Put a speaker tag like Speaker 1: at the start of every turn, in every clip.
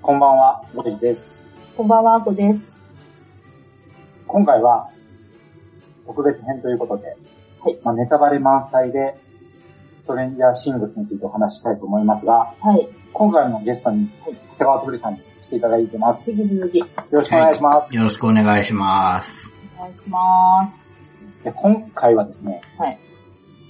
Speaker 1: こんばんは、モリです。
Speaker 2: こんばんは、あこです。
Speaker 1: 今回は、特別編ということで、
Speaker 2: はい
Speaker 1: まあ、ネタバレ満載で、ストレンジャーシングスについてお話ししたいと思いますが、
Speaker 2: はい。
Speaker 1: 今回のゲストに、
Speaker 2: はい
Speaker 1: 長谷川とぶりさんに来ていただいてます。よ
Speaker 2: 次続き、お
Speaker 1: ろしくお願いします。
Speaker 3: よろしくお願いします。
Speaker 2: 願いします。
Speaker 1: で今回はですね、
Speaker 2: はい。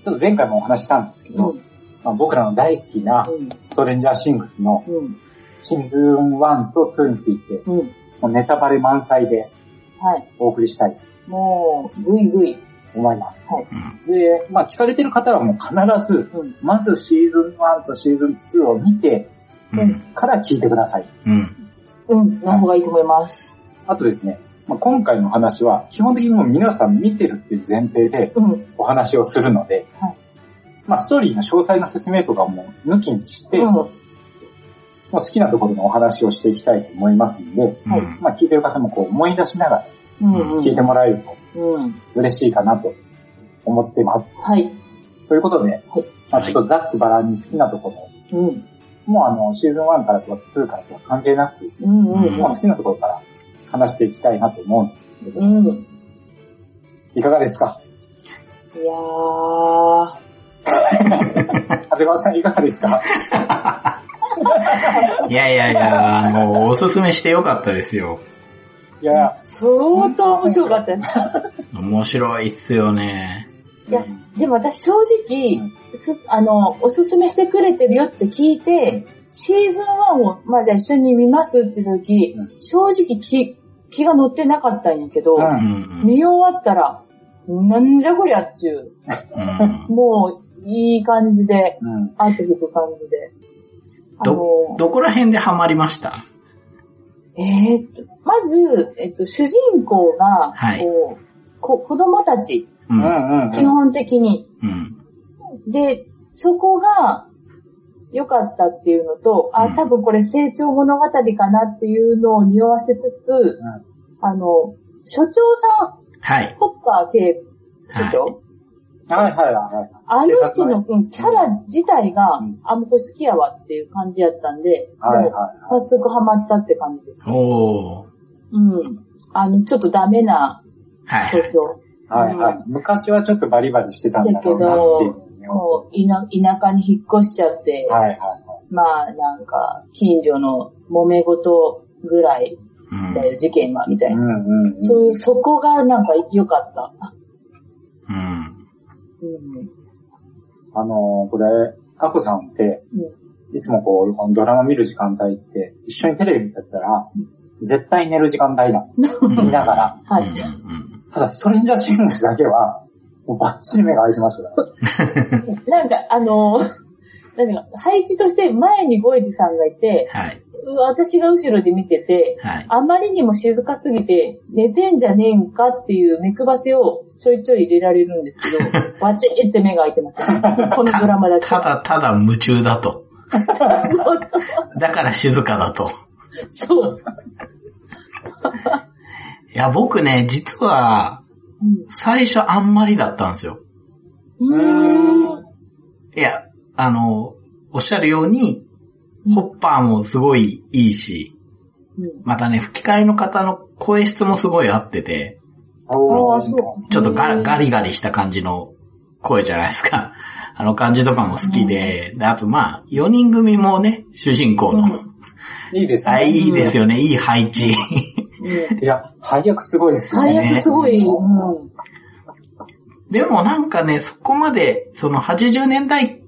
Speaker 1: ちょっと前回もお話ししたんですけ
Speaker 2: う
Speaker 1: ど、
Speaker 2: ん、
Speaker 1: まあ、僕らの大好きな
Speaker 2: う
Speaker 1: ストレンジャーシングスの
Speaker 2: ん、うん、
Speaker 1: シーズン1と2について、
Speaker 2: うん。
Speaker 1: もうネタバレ満載で
Speaker 2: はい。
Speaker 1: お送りしたいと
Speaker 2: もう、ぐいぐい。
Speaker 1: 思います。
Speaker 3: うん
Speaker 1: で、まあ聞かれてる方はもう必ず、
Speaker 2: うん、
Speaker 1: まずシーズン1とシーズン2を見て
Speaker 3: うん。
Speaker 1: から聞いてください。
Speaker 3: うん。
Speaker 2: うん、の方がいいと思います。
Speaker 1: あとですね、まあ、今回の話は基本的にもう皆さん見てるっていう前提で
Speaker 2: うん、
Speaker 1: お話をするので、
Speaker 2: はい
Speaker 1: まあストーリーの詳細の説明とかも抜きにして、
Speaker 2: うん、
Speaker 1: もう好きなところのお話をしていきたいと思いますので、
Speaker 3: うん。
Speaker 1: まあ聞いてる方もこう思い出しなが
Speaker 2: うん、う
Speaker 1: ら
Speaker 2: ん
Speaker 1: 聞いてもらえると
Speaker 2: うん。
Speaker 1: 嬉しいかなと思ってます。
Speaker 2: はい。
Speaker 1: ということで、まあ、ちょっとざっくばらんに好きなところ、
Speaker 2: うん、
Speaker 1: もうあのシーズン1からとか2からとか関係なく、
Speaker 2: うん、う
Speaker 1: まあ、
Speaker 2: ん
Speaker 1: 好きなところから話していきたいなと思うんですけど、
Speaker 2: うん、うん。
Speaker 1: いかがですか
Speaker 2: いやー。
Speaker 1: 長谷川さんいかがですか
Speaker 3: いやいやいや、あの、おすすめしてよかったですよ。
Speaker 1: いや、
Speaker 2: 相当面白かったです。
Speaker 3: 面白いっすよね。
Speaker 2: いや でも私正直
Speaker 1: うん、
Speaker 2: すあの、おすすめしてくれてるよって聞いて、シーズン1を、まあじゃあ一緒に見ますって時、
Speaker 1: う
Speaker 2: 正直気、気が乗ってなかったんやけど、
Speaker 1: うん
Speaker 3: うん。
Speaker 2: 見終わったら、なんじゃこりゃっていう、
Speaker 3: うん。
Speaker 2: もういい感じで、
Speaker 1: うん。
Speaker 2: アート引く感じで。あ
Speaker 3: ど
Speaker 2: の、、
Speaker 3: どこら辺でハマりました
Speaker 2: えーっと、まず、えっと、主人公が、
Speaker 3: はい
Speaker 2: こうこ子供たち、
Speaker 3: う。
Speaker 1: うんん。
Speaker 2: 基本的に、
Speaker 3: うん。
Speaker 2: で、そこが良かったっていうのと、
Speaker 3: う
Speaker 2: あ、
Speaker 3: ん
Speaker 2: 多分これ成長物語かなっていうのを匂わせつつ、あの、所長さ
Speaker 3: はい
Speaker 2: ん、。ホッパー警部所長、
Speaker 1: はいはいはい。
Speaker 2: あの人のうんキ
Speaker 1: 察の
Speaker 2: ャ
Speaker 1: ね
Speaker 2: ラ自体が、
Speaker 1: うん
Speaker 2: あ、もうこれ好きやわっていう感じやったんで、
Speaker 1: はいはいはい
Speaker 2: もう早速ハマったって感じです。
Speaker 3: おー。
Speaker 2: うん。あの、ちょっとダメな
Speaker 3: はい
Speaker 2: 所
Speaker 3: はい。
Speaker 2: 長。
Speaker 1: はいはい。昔はちょっとバリバリしてたんだろうなっていうのをね
Speaker 2: もう田田舎に引っ越しちゃって、
Speaker 1: はいはいは
Speaker 2: まあなんか、近所の揉め事ぐらい
Speaker 3: うん
Speaker 2: だよ、事件は、みた
Speaker 1: い。
Speaker 2: いうな。
Speaker 1: んうんうん。
Speaker 2: そういう、そこがなんか良かった。
Speaker 3: うん。
Speaker 2: うん。
Speaker 1: あのー、これ、アコさんって、
Speaker 2: う
Speaker 1: いつもこう、このドラマ見る時間帯って、一緒にテレビ見てたら、絶対寝る時間帯なんです よ。見ながら。
Speaker 2: ん。は
Speaker 3: う
Speaker 2: い。
Speaker 3: ん
Speaker 1: ただ、ストレンジャーシングスだけは、もうバッチリ目が開いてましたから。
Speaker 2: なんか、あのー、なんか、配置として前にゴイジさんがいて、
Speaker 3: はい。
Speaker 2: う私が後ろで見てて、
Speaker 3: はい。
Speaker 2: あまりにも静かすぎて、寝てんじゃねえんかっていう目くばせをちょいちょい入れられるんですけど、バチって目が開いてました。このドラマだけ。
Speaker 3: た だただ夢中だと。
Speaker 2: そうそう。
Speaker 3: だから静かだと。
Speaker 2: そう。
Speaker 3: いや、僕ね、実は、
Speaker 2: うん
Speaker 3: 最初あんまりだったんですよ。
Speaker 2: う
Speaker 1: ー
Speaker 2: ー
Speaker 1: ん
Speaker 2: ん。
Speaker 3: いや、あの、おっしゃるように、ホッパーもすごいいいし、またね、吹き替えの方の声質もすごい合ってて、
Speaker 2: あ
Speaker 1: お
Speaker 2: あ、そう。
Speaker 3: ちょっとガ
Speaker 2: うん
Speaker 3: ガリガリした感じの声じゃないですか。 あの感じとかも好きで、であとまあ、4人組もね、主人公
Speaker 2: う
Speaker 3: の
Speaker 2: ん。
Speaker 1: いいです
Speaker 3: あ
Speaker 1: ね。
Speaker 3: いいですよね、いい配置。
Speaker 2: うん
Speaker 1: いや、配役すごいですよね。
Speaker 2: 最悪すごい。うん
Speaker 3: でもなんかね、そこまで、その80年代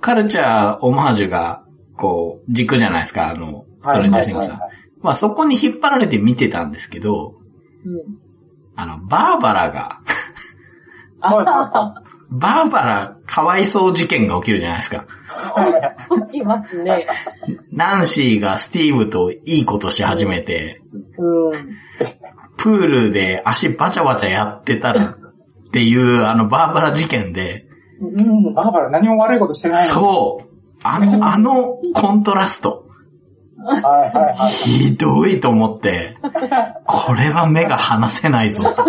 Speaker 3: カルチャーオマージュが、こう、軸じゃないですか、あの、ス
Speaker 1: は
Speaker 3: ト
Speaker 1: い
Speaker 3: レンジ
Speaker 1: は
Speaker 3: ャ
Speaker 1: い
Speaker 3: ーシング
Speaker 1: は
Speaker 3: ス
Speaker 1: い
Speaker 3: は
Speaker 1: は
Speaker 3: まあそこに引っ張られて見てたんですけど、
Speaker 2: うん。
Speaker 3: あの、バーバラが、
Speaker 2: あ
Speaker 1: はいはい
Speaker 2: は
Speaker 3: バーバラかわいそう事件が起きるじゃないですか。
Speaker 2: は起きますね。
Speaker 3: ナンシーがスティーブといいことし始めて、
Speaker 2: うん。
Speaker 3: プールで足バチャバチャやってたらっていう、あの、バーバラ事件で、
Speaker 2: うん。
Speaker 1: バーバラ何も悪いことしてないのに。
Speaker 3: そう、あの、あのコントラスト、
Speaker 1: はいはいはい。
Speaker 3: ひどいと思って、これは目が離せないぞ
Speaker 2: ちょっ
Speaker 3: と。
Speaker 2: と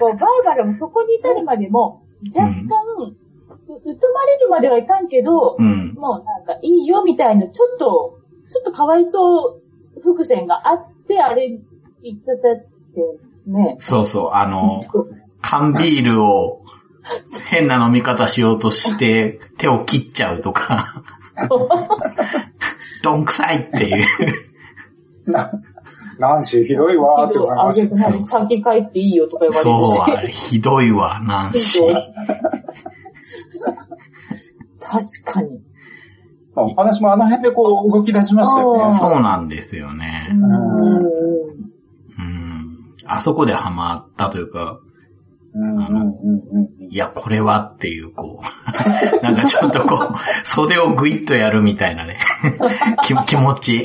Speaker 2: こう、バーバラもそこに至るまでも、若干、う疎まれるまではいかんけど、
Speaker 3: うん。
Speaker 2: もうなんかいいよみたいな、ちょっと、ちょっとかわいそう伏線があって、あれ、言っちゃったってね。
Speaker 3: そうそう、あの、
Speaker 2: そう
Speaker 3: 缶ビールを変な飲み方しようとして手を切っちゃうとか、どんくさいっていう。
Speaker 1: な、ナンシーひどいわーって思い
Speaker 2: あ
Speaker 1: ま
Speaker 2: げ
Speaker 1: した
Speaker 2: くなり、先帰っていいよとか言
Speaker 3: そう
Speaker 2: われ
Speaker 3: は
Speaker 2: るし。、
Speaker 3: ひどいわ、ナンシー。
Speaker 2: 確かに。
Speaker 1: た。お話もあの辺でこう動き出しましたよね。
Speaker 3: そうなんですよ
Speaker 2: う
Speaker 3: ね。
Speaker 2: ん。
Speaker 3: うん。あそこでハマったというか、
Speaker 1: うんうんうんうん。
Speaker 3: いや、これはっていう、こう、 なんかちょっとこう、袖をグイッとやるみたいなね、 気気持ち。
Speaker 1: い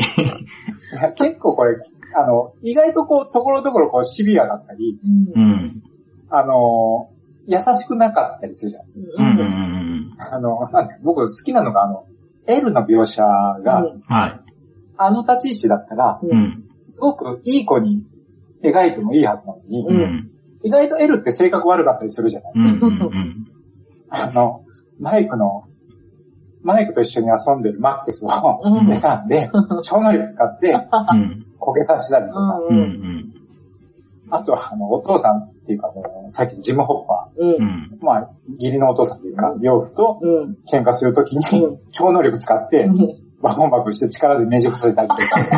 Speaker 1: や結構これ、あの、意外とこう、ところどころこうシビアだったり、
Speaker 2: うん
Speaker 3: う。ん。
Speaker 1: あの、優しくなかったりするじゃないです
Speaker 3: うんうんう
Speaker 2: うん
Speaker 3: ん
Speaker 1: か。あの、なんで僕好きなのがあの、L の描写が、
Speaker 3: うん。は
Speaker 1: あの立ち位置だったら、
Speaker 3: い。うん。
Speaker 1: すごくいい子に描いてもいいはずなのに、
Speaker 3: うん。うん。
Speaker 1: 意外と L って性格悪かったりするじゃない
Speaker 3: うん。うん。
Speaker 1: あの、マイクの、マイクと一緒に遊んでるマックスを
Speaker 2: うん
Speaker 1: 出たんで、超能力使って
Speaker 3: うん。
Speaker 1: 焦げさせたりとか、
Speaker 3: うん。う
Speaker 2: うん。
Speaker 3: ん。
Speaker 1: あとはあの、お父さんっていうかもう、さっきジムホッパ
Speaker 2: うん
Speaker 3: う。ん。
Speaker 1: ー、まあ、義理のお父さんっていうか、養父と
Speaker 2: うん。
Speaker 1: 喧嘩するときに
Speaker 2: う、
Speaker 1: 超能力使って、バコンバコンして力でねじ伏せたりとか、
Speaker 2: 出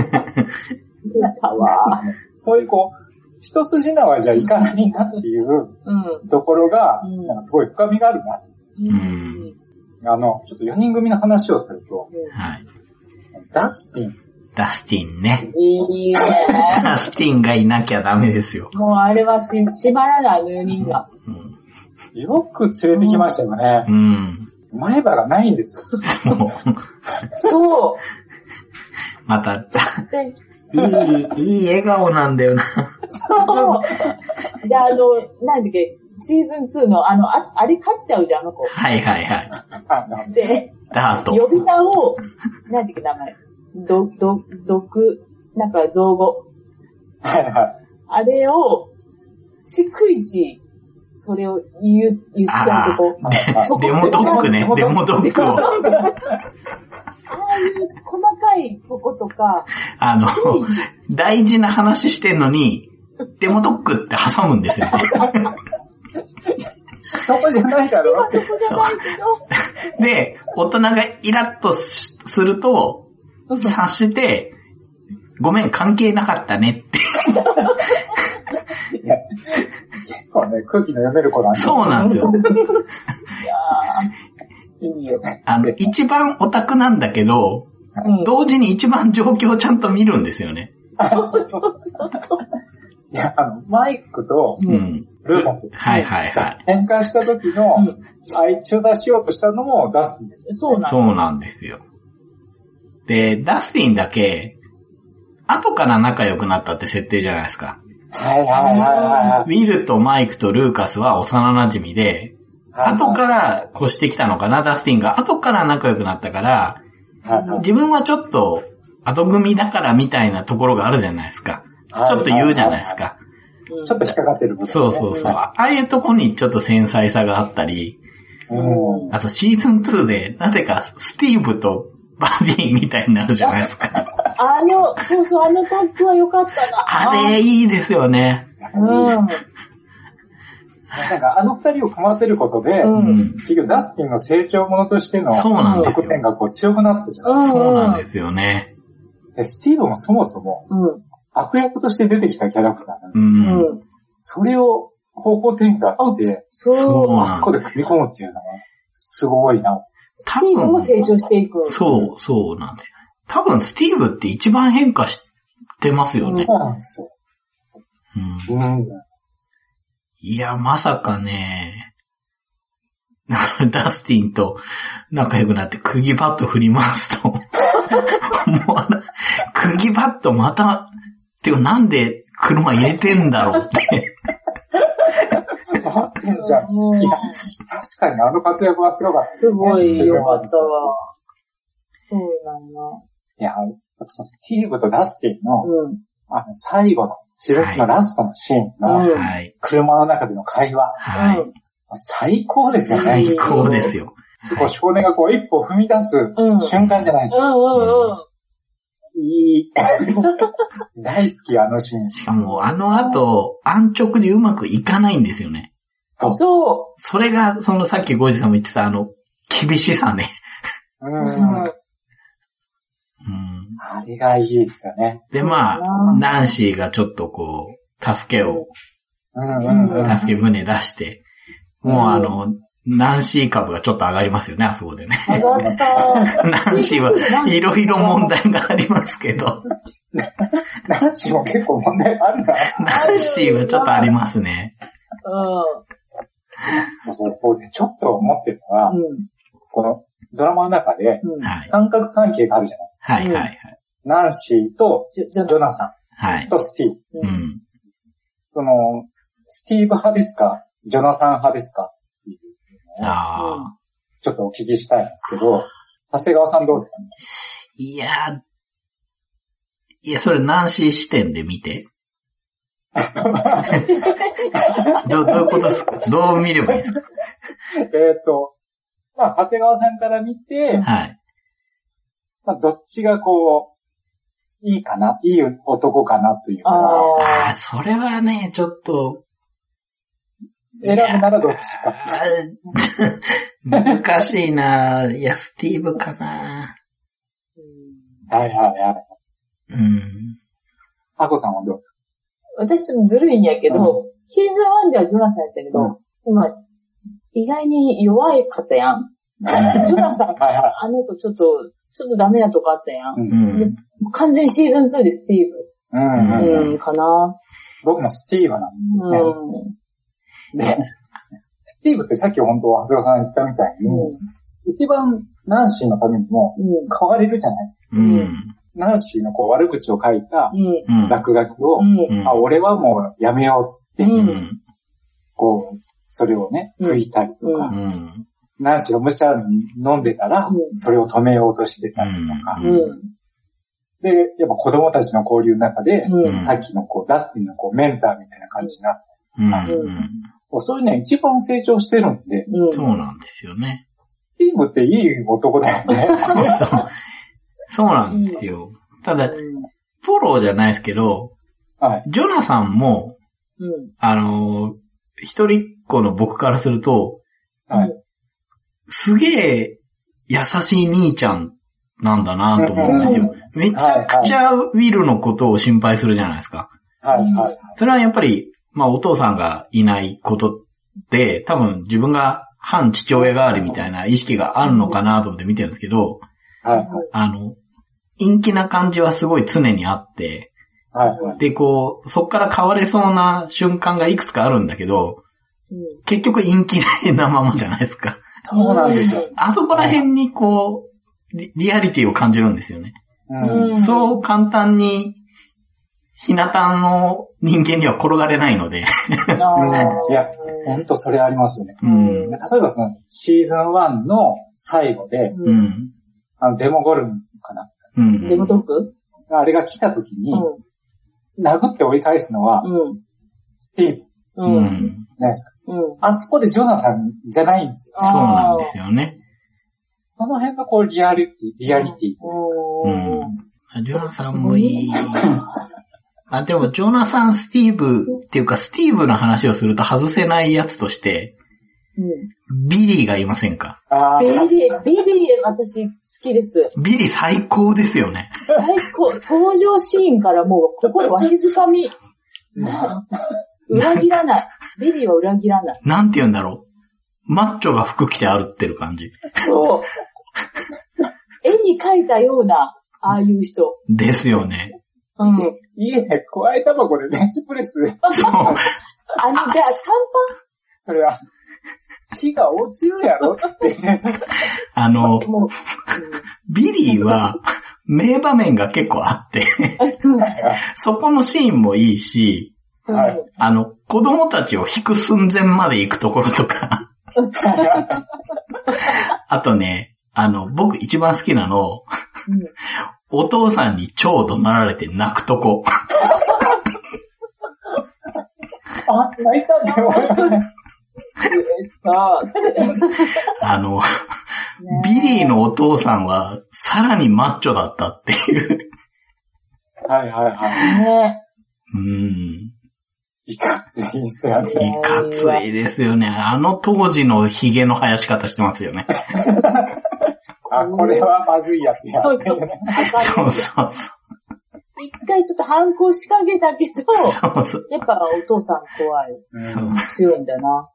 Speaker 2: たわ。
Speaker 1: そういうこう、一筋縄じゃいかないなっていう
Speaker 2: うん。
Speaker 1: ところが、
Speaker 2: うん
Speaker 1: なんかすごい深みがあるな。
Speaker 3: ん
Speaker 1: あの、ちょっと4人組の話をすると、
Speaker 3: はい。
Speaker 1: ダスティン、
Speaker 3: ダスティンね。
Speaker 2: いいね。
Speaker 3: ダスティンがいなきゃダメですよ。
Speaker 2: もうあれはし、閉まらないのよ、みんな。
Speaker 3: うん。
Speaker 1: よく連れてきましたよね。
Speaker 3: うん。
Speaker 1: 前歯がないんですよ。
Speaker 3: もう、
Speaker 2: そう。
Speaker 3: また、
Speaker 2: で、
Speaker 3: いい、いい笑顔なんだよな。
Speaker 2: そう。で、あの、なんだっけ、シーズン2の、あの、ああれ勝っちゃうじゃん、あの子。
Speaker 3: はいはいはい。
Speaker 1: あの
Speaker 2: で、
Speaker 3: ダー
Speaker 2: 呼
Speaker 3: ト。
Speaker 2: び名を、なんだっけ、名前。ど、ど、毒、なんか造語。
Speaker 1: はいは
Speaker 2: あれを、逐一、それを言う、言っちゃうとこ。
Speaker 1: いはい。
Speaker 2: そこ
Speaker 3: デモドックね。デモドックを。
Speaker 2: ああいう細かいとことか、
Speaker 3: あの、大事な話してんのに、デモドックって挟むんですよね。
Speaker 1: そこじゃないだろ
Speaker 2: 今
Speaker 1: う
Speaker 2: そこじゃないけど、
Speaker 3: で、大人がイラッとしすると、察して、ごめん、関係なかったねって。
Speaker 1: 結構ね、空気の読める子なんで。
Speaker 3: そうなんですよ。
Speaker 2: いいよ。
Speaker 3: あの、一番オタクなんだけど、
Speaker 2: うん
Speaker 3: 同時に一番状況をちゃんと見るんですよね。
Speaker 1: そうそうそう いや、あの、マイクと
Speaker 2: うん
Speaker 3: うん。
Speaker 1: ルーカス。
Speaker 3: はいはいはい。
Speaker 1: 変換した時の、あい、調査しようとしたのも出すんですよ。
Speaker 2: そうな
Speaker 3: そ
Speaker 2: の。
Speaker 3: うなんですよ。で、ダスティンだけ、後から仲良くなったって設定じゃないですか。
Speaker 1: はいはいはい
Speaker 3: ウィルとマイクとルーカスは幼馴染みで、
Speaker 1: はい。
Speaker 3: 後から越してきたのかな、ダスティンが後から仲良くなったから、
Speaker 1: ら、はいはい
Speaker 3: 自分はちょっと後組だからみたいなところがあるじゃないですか。
Speaker 1: はい
Speaker 3: ちょっと言うじゃないですか。
Speaker 2: うん
Speaker 1: ちょっと引っかかってる部分、
Speaker 3: そうそうそう。ああいうとこにちょっと繊細さがあったり、
Speaker 1: うん。
Speaker 3: あとシーズン2でなぜかスティーブとバディみたいになるじゃないですか。
Speaker 2: あの、そうそう、あのトップは良かったな。
Speaker 3: あれいいですよね。
Speaker 2: うん。
Speaker 1: なんかあの二人を組ませることで、
Speaker 2: う
Speaker 3: うんん。
Speaker 1: 結局ダスティンの成長者としての
Speaker 3: そうなんですよ
Speaker 1: 側面がこう強くなったじゃん。
Speaker 2: うん。
Speaker 3: そうなんですよね。
Speaker 1: でスティーブもそもそも
Speaker 2: うん。
Speaker 1: 悪役として出てきたキャラクターなのに
Speaker 3: うん。
Speaker 2: うん。
Speaker 1: それを方向転換して、
Speaker 2: そう。
Speaker 3: そう
Speaker 1: あ
Speaker 3: なん
Speaker 1: そこで組み込むっていうのは、すごいな。
Speaker 3: 多
Speaker 2: チームも成長していく。
Speaker 3: そう、そうなんですよ。多分スティーブって一番変化してますよ
Speaker 1: そう
Speaker 3: ね。
Speaker 1: なんですよ。
Speaker 3: うん
Speaker 1: うん。
Speaker 3: いや、まさかね、 ダスティンと仲良くなって釘バット振り回す と、もうあの、釘バットまた、てかなんで車入れてんだろうって。
Speaker 1: なってんじゃん。いや、確かにあの活躍はすごかった。
Speaker 2: すごい良かったわ。そうなんだ。
Speaker 1: いや、そのスティーブとダスティンの、
Speaker 2: うん。
Speaker 1: あの、最後の、シルツのラストのシーンの、
Speaker 2: はい
Speaker 3: はい。
Speaker 1: 車の中での会話、
Speaker 3: はい。
Speaker 1: 最高ですよ
Speaker 2: は
Speaker 1: ね
Speaker 2: い。
Speaker 3: 最高ですよ。
Speaker 1: こう少年がこう一歩踏み出す
Speaker 2: うん。うん。うん
Speaker 1: 瞬間じゃない ですか。
Speaker 2: うんうん。
Speaker 1: いい。大好き、あのシーン。
Speaker 3: しかも、あの後、安直にうまくいかないんですよね。
Speaker 2: そ
Speaker 3: それが、そのさっきゴジさんも言ってた、あの、厳しさね。
Speaker 1: う
Speaker 2: う。
Speaker 1: ん。
Speaker 3: うん。
Speaker 1: あれがいいですよね。
Speaker 3: で、ま
Speaker 2: そうだ
Speaker 3: あ、
Speaker 2: な
Speaker 3: ナンシーがちょっとこう、助けを、
Speaker 1: うんうんうん。
Speaker 3: 助け舟出して、もうあの、ナンシー株がちょっと上がりますよね、あそこでね。
Speaker 2: 上がった。
Speaker 3: ナンシーはいろいろ問題がありますけど、
Speaker 1: ナンシーも結構問題あるな。
Speaker 3: ナンシーはちょっとありますね。
Speaker 1: そうそう。僕ちょっと思ってるのは
Speaker 2: う、ん。うん。
Speaker 1: このドラマの中で
Speaker 2: うん。
Speaker 3: はい。
Speaker 1: 三角関係があるじゃないですか。
Speaker 3: はいはいはい。
Speaker 1: ナンシーと
Speaker 2: じゃ、じゃ
Speaker 1: ジョナサ
Speaker 3: は
Speaker 1: ン
Speaker 3: い。
Speaker 1: とスティーブ。
Speaker 2: う。
Speaker 3: うんん。
Speaker 1: その、スティーブ派ですかジョナサン派ですか
Speaker 3: ああ。
Speaker 1: ちょっとお聞きしたいんですけど、長谷川さんどうです
Speaker 3: いやーいや、それナンシー視点で見て。ど、どういうことですかどう見ればいいですか
Speaker 1: えっ、と、まあ、長谷川さんから見て、
Speaker 3: はい。
Speaker 1: まあ、どっちがこう、いいかな、いい男かなというか、
Speaker 3: ああ、
Speaker 2: あ
Speaker 3: それはね、ちょっと、
Speaker 1: 選ぶならどっち か。
Speaker 3: あー難しいなぁ。いや、スティーブかな
Speaker 2: ーうん
Speaker 1: はいはいはい。
Speaker 3: ぁ。うん。
Speaker 1: あこさんはどうです
Speaker 2: 私ちょっとずるいんやけど、シーズン1ではジョナサンやったけ
Speaker 1: う
Speaker 2: ど、今、意外に弱い方やん。ジョナサン、
Speaker 1: かはいは
Speaker 2: あの子ちょっと、ちょっとダメなとこあったやん。
Speaker 1: い。
Speaker 3: う
Speaker 1: うん。
Speaker 3: ん。
Speaker 2: 完全にシーズン2でスティーブ。
Speaker 1: うんうん
Speaker 3: うん
Speaker 2: うん、かな。
Speaker 1: 僕もスティーブなんです
Speaker 2: う
Speaker 1: よ
Speaker 2: ん。
Speaker 1: ね。で、スティーブってさっき本当、長谷川さんが言ったみたいに、
Speaker 2: うん。
Speaker 1: 一番ナンシーのためにも、
Speaker 2: うん。
Speaker 1: 買われるじゃない
Speaker 3: うん。
Speaker 1: ナンシーのこう悪口を書いた
Speaker 2: うん。
Speaker 3: うん。
Speaker 1: 落書きを、
Speaker 2: うん。
Speaker 3: うん
Speaker 1: あ、俺はもうやめようっつって、
Speaker 2: うん
Speaker 1: こう、それをね、
Speaker 2: うん
Speaker 1: 拭いたりと
Speaker 3: う
Speaker 1: か、
Speaker 3: ん。
Speaker 1: ナンシーがむしゃらに飲んでたら
Speaker 2: う、ん
Speaker 1: それを止めようとしてたりとか、
Speaker 3: うん
Speaker 2: うん。
Speaker 1: で、やっぱ子供たちの交流の中で、
Speaker 2: うん。
Speaker 1: さっきのこう、ダスティンのこう、メンターみたいな感じになって、
Speaker 3: うん。
Speaker 1: こうそういうね、一番成長してるんで、
Speaker 2: うん。
Speaker 3: そうなんですよね。
Speaker 1: チームっていい男だよね。
Speaker 3: そう そうなんですよ。ただ、フォローじゃないですけど、
Speaker 1: はい。
Speaker 3: ジョナさんも、
Speaker 2: うん。
Speaker 3: あのー一人っ子の僕からすると、
Speaker 1: はい。
Speaker 3: すげえ優しい兄ちゃんなんだなと思うんですよ。めちゃくちゃウィルのことを心配するじゃないですか。
Speaker 1: はい、はい。
Speaker 3: それはやっぱり、まあお父さんがいないことで、多分自分が反父親代わりみたいな意識があるのかなと思って見てるんですけど、
Speaker 1: はい、
Speaker 3: あの、陰気な感じはすごい常にあって、
Speaker 1: はい、はい。
Speaker 3: で、こう、そっから変われそうな瞬間がいくつかあるんだけど、
Speaker 2: うん。
Speaker 3: 結局陰気なままじゃないですか。
Speaker 1: そうなんですよ。。
Speaker 3: あそこら辺にこう、リリアリティを感じるんですよね。
Speaker 1: うん。
Speaker 2: うん。
Speaker 3: そう簡単に、ひなたの人間には転がれないので。
Speaker 2: うん。
Speaker 1: うんいや、ほんとそれありますよね。
Speaker 3: うん
Speaker 1: 例。えばその、シーズン1の最後で、
Speaker 3: う
Speaker 2: うん。
Speaker 3: ん。
Speaker 1: あの、デモゴルムかな。
Speaker 3: うん。
Speaker 2: デブトーク
Speaker 1: あれが来た時に、
Speaker 2: う
Speaker 1: 殴って追い返すのは、
Speaker 2: ん。
Speaker 1: スティーブじ
Speaker 2: う。
Speaker 3: うん
Speaker 2: うん。
Speaker 3: ん。
Speaker 1: ゃないですか。
Speaker 2: うん。
Speaker 1: あそこでジョナさんじゃないんですよ。
Speaker 3: そうなんですよね。
Speaker 1: その辺がこう、リアリティ、リアリティ。
Speaker 3: う
Speaker 2: うん
Speaker 3: ん。ジョナサンもいい。 あ、でも、ジョナサン、スティーブっていうか、スティーブの話をすると外せないやつとして、ビリーがいませんか
Speaker 1: あ
Speaker 2: ビ
Speaker 1: ー
Speaker 2: リー、ビリー私好きです。
Speaker 3: ビリー最高ですよね。
Speaker 2: 最高、登場シーンからもう心わしづかみ。裏切らない。ビリーは裏切らない。
Speaker 3: なんて言うんだろう。マッチョが服着て歩ってる感じ。
Speaker 2: そう。絵に描いたような、ああいう人。
Speaker 3: ですよね。
Speaker 2: うん。
Speaker 1: いいね。加えたばこでベンチプレス。
Speaker 3: そう。
Speaker 2: あの、じゃあ、短
Speaker 1: それは、木が落ちるやろって。
Speaker 3: あの、
Speaker 2: もう、
Speaker 3: ビリーは、名場面が結構あって、そこのシーンもいいし、
Speaker 2: うん
Speaker 1: は
Speaker 3: あの、子供たちを引く寸前まで行くところとか、あとね、あの、僕一番好きなの、
Speaker 2: うん
Speaker 3: お父さんに超怒鳴られて泣くとこ。
Speaker 1: あ、泣いたんだよ。
Speaker 2: さあ、
Speaker 3: あの、
Speaker 2: ね
Speaker 3: ビリーのお父さんはさらにマッチョだったっていう。
Speaker 1: はいはいはい。
Speaker 2: ね
Speaker 3: うん。
Speaker 1: いかつい人やね。
Speaker 3: いかついですよね。あの当時のヒゲの生やし方してますよ ね。
Speaker 1: あ、これはまずいやつや。
Speaker 2: そうそう。
Speaker 3: そうそう
Speaker 2: 一回ちょっと反抗しかけたけど、
Speaker 3: そうそう。
Speaker 2: やっぱお父さん怖い。
Speaker 1: う
Speaker 3: そうん
Speaker 2: 強いんだな。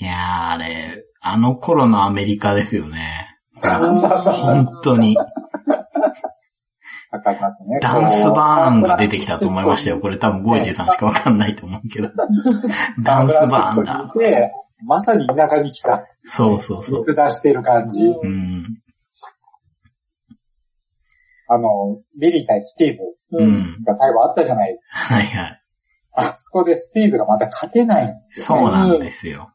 Speaker 3: いやー、あれ、あの頃のアメリカですよね。
Speaker 1: そうそうそう。
Speaker 3: 本当に、
Speaker 1: わかりますね。
Speaker 3: ダンスバーンが出てきたと思いましたよ。これ多分ゴイジさんしかわかんないと思う けど。ダンスバーンだ。
Speaker 1: で、まさに田舎に来た。
Speaker 3: そうそうそう。
Speaker 1: 肉出してる感じ。
Speaker 2: うん
Speaker 3: うん。
Speaker 1: あの、ビリー対スティー
Speaker 2: う
Speaker 3: う
Speaker 2: ん
Speaker 3: ん
Speaker 1: ブ。が最後あったじゃないですか。
Speaker 3: はいはい。
Speaker 1: あそこでスティーブがまた勝てないんですよ、ね。
Speaker 3: そうなんですよ。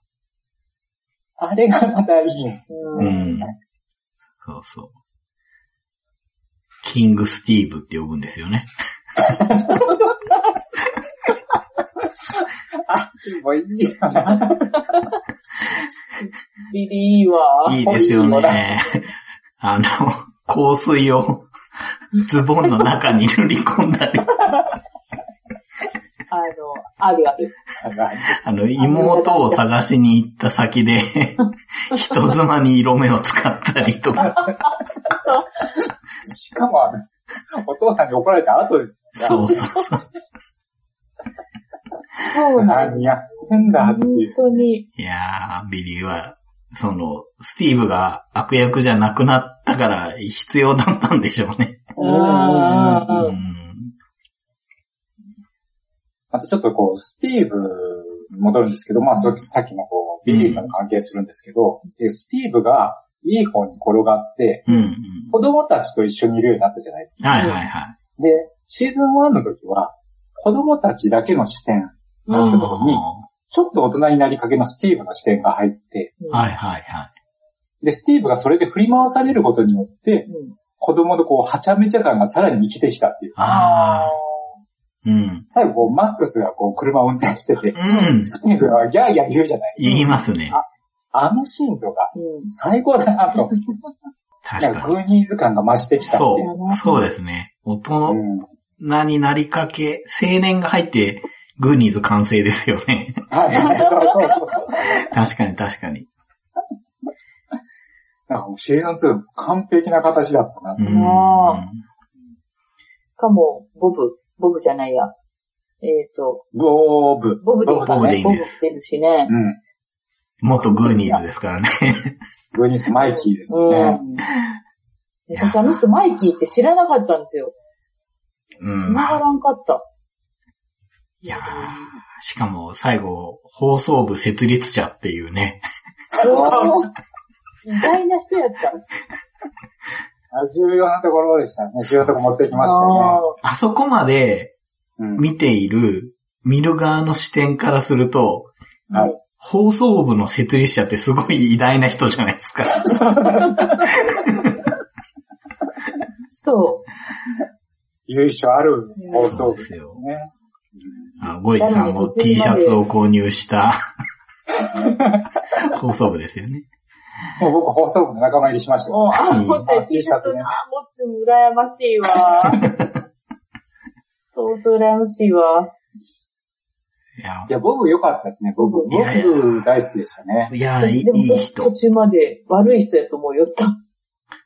Speaker 1: あれがまたいいんです。
Speaker 3: う
Speaker 2: うん
Speaker 3: ん。そうそう。キングスティーブって呼ぶんですよね。
Speaker 1: もういいよな。
Speaker 2: ビリーはい
Speaker 3: いですよね。 あの、香水をズボンの中に塗り込んだ り、
Speaker 2: あの、あるある。
Speaker 3: あの、妹を探しに行った先で、 人妻に色目を使ったりとか、
Speaker 2: そう。
Speaker 1: しかもあの、お父さんに怒られた後ですから。
Speaker 3: そうそうそう。
Speaker 2: そうなの。
Speaker 1: 何やってんだっ
Speaker 2: 本
Speaker 1: ていう。
Speaker 2: 当に。
Speaker 3: いやー、ビリーは、その、スティーブが悪役じゃなくなったから必要だったんでしょうね。
Speaker 2: あ
Speaker 3: う
Speaker 2: ー
Speaker 3: ん。
Speaker 1: あとちょっとこう、スティーブに戻るんですけど、まあ、そさっきのこう、ビリーとの関係するんですけど、でスティーブがいい方に転がって、
Speaker 3: うんうん。
Speaker 1: 子供たちと一緒にいるようになったじゃないですか。
Speaker 3: はいはいはい。
Speaker 1: で、シーズン1の時は、子供たちだけの視点、
Speaker 2: う
Speaker 1: なるほ
Speaker 2: ん
Speaker 1: どにちょっと大人になりかけのスティーブの視点が入って、
Speaker 3: はいはいはい。
Speaker 1: で、スティーブがそれで振り回されることによって、
Speaker 2: うん
Speaker 1: 子供のこう、はちゃめちゃ感がさらに生きてきたっていう。
Speaker 3: あー。うん。
Speaker 1: 最後こう、マックスがこう、車を運転してて、
Speaker 3: うん。
Speaker 1: スティーブがギャーギャー言うじゃない。
Speaker 3: 言いますね。
Speaker 1: あのシーンとか、
Speaker 2: うん
Speaker 1: 最高だなと。な
Speaker 3: 確
Speaker 1: んか
Speaker 3: か
Speaker 1: グ
Speaker 3: に。
Speaker 1: ーニーズ感が増してきたって
Speaker 3: そ
Speaker 1: いう。
Speaker 3: う。そうですね。大人
Speaker 1: うん
Speaker 3: になりかけ、青年が入って、グーニーズ完成ですよ ね。
Speaker 1: はいはい、そうそうそうそう。
Speaker 3: 確かに確かに。
Speaker 1: なんかもうシーズン2完璧な形だったな。
Speaker 3: うん。
Speaker 2: あかも、ボブ、ボブじゃないや。えっ、と、
Speaker 1: ボーブ。
Speaker 2: ボブでいいか
Speaker 3: ボブで
Speaker 2: ね。
Speaker 3: いい
Speaker 2: ボ
Speaker 3: ね
Speaker 2: ブ出るしね。
Speaker 1: うん。
Speaker 3: 元グーニーズですからね。
Speaker 1: グーニーズマイキーです
Speaker 2: う
Speaker 1: よね。
Speaker 2: ん。私あの人マイキーって知らなかったんですよ。
Speaker 3: うん。
Speaker 2: 繋がらんかった。
Speaker 3: いやーしかも最後、放送部設立者っていうね。
Speaker 2: そう意外な人やった。
Speaker 1: あ重要なところでしたね。重要なところ持ってきました
Speaker 2: あ
Speaker 1: よ
Speaker 2: ー
Speaker 3: あそこまで
Speaker 1: ね。うん。
Speaker 3: 見ている、見る側の視点からすると、
Speaker 1: はい
Speaker 2: うん
Speaker 3: 放送部の設立者ってすごい偉大な人じゃないですか。
Speaker 2: そ
Speaker 1: 優勝ある放
Speaker 3: そ
Speaker 1: 送
Speaker 3: う
Speaker 1: 部
Speaker 3: で
Speaker 1: です
Speaker 3: よ。
Speaker 1: ね。
Speaker 3: あゴイジさんも T シャツを購入した、 放送部ですよね。
Speaker 1: もう僕放送部の仲間入りしまし
Speaker 2: う。
Speaker 1: たよ。
Speaker 2: もう、あ、持って
Speaker 1: あ
Speaker 2: T シャツ
Speaker 1: T シャツね
Speaker 2: な、持っても羨ましいわ。 相当羨ましいわ。
Speaker 3: いや
Speaker 1: い、や、ボブ良かったですね、ボブ。ボ
Speaker 3: いやいや
Speaker 1: ブ大好きでしたね。
Speaker 3: いやいい
Speaker 2: 私でも
Speaker 3: いい
Speaker 2: 途
Speaker 3: 人。
Speaker 2: 中まで悪い人やと思うよった。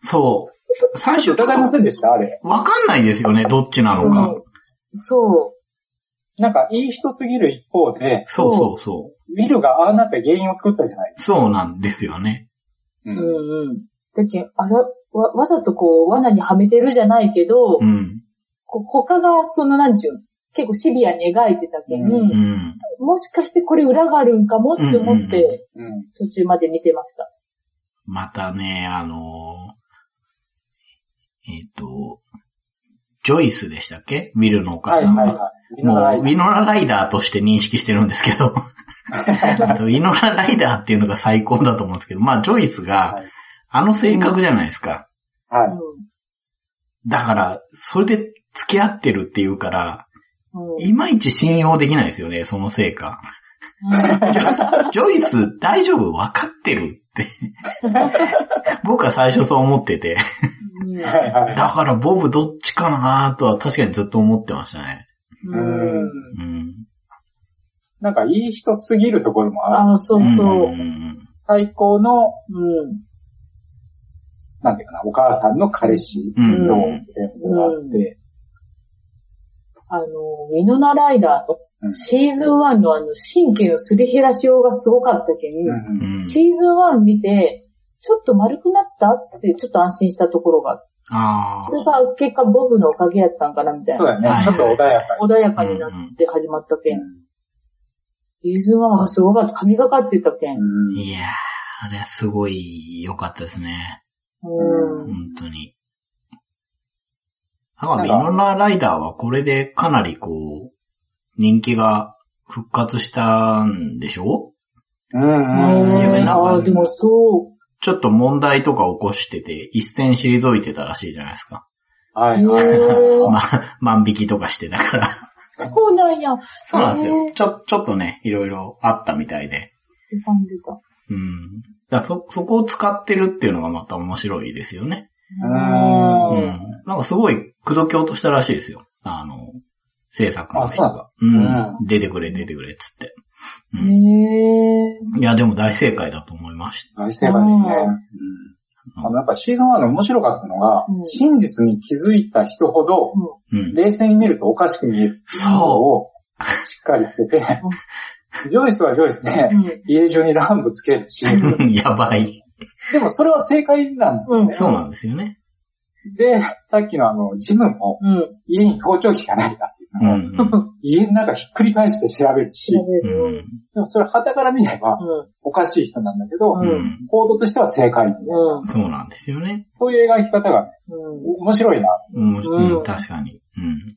Speaker 3: そう。最
Speaker 1: ちょ
Speaker 3: 初
Speaker 1: っと
Speaker 3: と
Speaker 1: 疑いま
Speaker 3: か
Speaker 1: せんでしたあれ。
Speaker 3: わかんないですよね、どっちなのか。
Speaker 2: うんそ
Speaker 1: なんか、いい人すぎる一方で、
Speaker 3: そうそうそ
Speaker 1: ビルがああなった原因を作ったじゃない。
Speaker 3: う。そうなんですよね。
Speaker 1: う
Speaker 2: う。うん
Speaker 1: ん。
Speaker 2: うん。だけどあら、わ、わざとこう、罠にはめてるじゃないけど、
Speaker 3: うん。
Speaker 2: こ他が、その、なんちゅうの、結構シビアに描いてたけん、
Speaker 1: う
Speaker 3: うん。
Speaker 2: もしかしてこれ裏があるんかもって思っ
Speaker 3: うんうん
Speaker 2: て、
Speaker 1: うん。
Speaker 2: 途中まで見てました。
Speaker 3: またね、あのーえっ、と、ジョイスでしたっけビルのお母
Speaker 1: はい
Speaker 3: さん
Speaker 1: はい
Speaker 3: が。
Speaker 1: はい。
Speaker 3: もう、ウ
Speaker 1: みん
Speaker 3: ィノラライダーとして認識してるんですけど、あとウィノラライダーっていうのが最高だと思うんですけど、まあ、ジョイス
Speaker 1: なは
Speaker 3: が、
Speaker 1: い。
Speaker 3: あの性格じゃないですか。
Speaker 2: う
Speaker 1: はい。
Speaker 2: ん
Speaker 3: だから、それで付き合ってるっていうから、
Speaker 2: うん
Speaker 3: いまいち信用できないですよね、そのせいか。
Speaker 2: うん
Speaker 3: ジョイス、大丈夫わかってるって。 僕は最初そう思ってて。
Speaker 1: はいはい
Speaker 3: だからボブどっちかなとは確かにずっと思ってましたね。
Speaker 2: うん
Speaker 1: うん
Speaker 3: うん。
Speaker 1: なんかいい人すぎるところもある。
Speaker 2: あ、そうそう
Speaker 3: う。ん
Speaker 1: 最高の、
Speaker 2: うん。
Speaker 1: なんていうかな、お母さんの彼氏
Speaker 3: うん
Speaker 1: の、みたいなことがあって、
Speaker 2: あの、ミノナライダー
Speaker 1: うん
Speaker 2: のシーズン1のあの、神経のすり減らしようがすごかったけ、
Speaker 1: うんん。
Speaker 3: うん
Speaker 2: シーズン1見て、ちょっと丸くなったって、ちょっと安心したところがあって、
Speaker 3: あ
Speaker 2: それが結果ボブのおかげやったんかなみたい
Speaker 1: そう
Speaker 2: な。
Speaker 1: だよね
Speaker 3: は。い
Speaker 1: ちょっと穏やか
Speaker 2: 穏やかになって始まったけ
Speaker 1: に。
Speaker 2: ん。シーズン1はすごかった。神がかってたけん。
Speaker 3: あ。
Speaker 1: うん
Speaker 3: いやー、あれはすごい良かったですね。
Speaker 2: うん。
Speaker 3: 本当に。だから、ミノラライダーはこれでかなりこう、人気が復活したんでしょ
Speaker 1: うんうん。
Speaker 3: いや
Speaker 2: ねえ
Speaker 3: なんか
Speaker 2: ああ、でもそう。
Speaker 3: ちょっと問題とか起こしてて、一線退いてたらしいじゃないですか。
Speaker 1: はいはい。
Speaker 2: うん
Speaker 3: まあ、万引きとかしてたから。
Speaker 2: そうなんや。
Speaker 3: そうなんです
Speaker 2: へ
Speaker 3: よ。
Speaker 2: ー
Speaker 3: ちょ、ちょっとね、いろいろあったみたいで。
Speaker 2: 挟んでた。
Speaker 3: うん。だからそ、そこを使ってるっていうのがまた面白いですよね。
Speaker 1: うん
Speaker 3: う
Speaker 2: うん
Speaker 3: ん。なんかすごい、口説き落としたらしいですよ。あの、制作の人
Speaker 1: あ
Speaker 3: が。う
Speaker 1: なんだ
Speaker 3: ん。出てくれ、出てくれ、っつって。う
Speaker 2: へ
Speaker 3: ん。
Speaker 2: え。
Speaker 3: いや、でも大正解だと思いまし
Speaker 1: 大正解ですね。うん
Speaker 3: う
Speaker 1: んあの、やっぱシーズン1の面白かったのが
Speaker 2: う、ん
Speaker 1: 真実に気づいた人ほど、
Speaker 3: た。うん。
Speaker 1: 冷静に見るとおかしく見える。
Speaker 3: そ
Speaker 1: を、しっかり言ってて、ジョイスはジョイスで、
Speaker 2: うん。
Speaker 1: 家中に乱舞つけるし、
Speaker 3: やばい。
Speaker 1: でもそれは正解なんですよね。
Speaker 3: そうなんですよね。
Speaker 1: で、さっきのあの、ジムも
Speaker 2: うん。
Speaker 1: 家に盗聴器がないかっていう
Speaker 3: う
Speaker 1: のを、
Speaker 3: ん。
Speaker 1: 家の中ひっくり返して調べるし
Speaker 2: 調、べ
Speaker 3: う
Speaker 2: る。
Speaker 3: ん。
Speaker 1: でもそれ旗から見れば
Speaker 2: う
Speaker 1: おかしい人なんだけど
Speaker 3: う、ん。
Speaker 1: 行動としては正解みたいな。
Speaker 2: ん。
Speaker 3: そうなんですよね。
Speaker 1: そういう描き方がね
Speaker 2: うん。うん。
Speaker 1: 面白いな。
Speaker 3: うん、
Speaker 2: うん
Speaker 3: うん確かに。うん。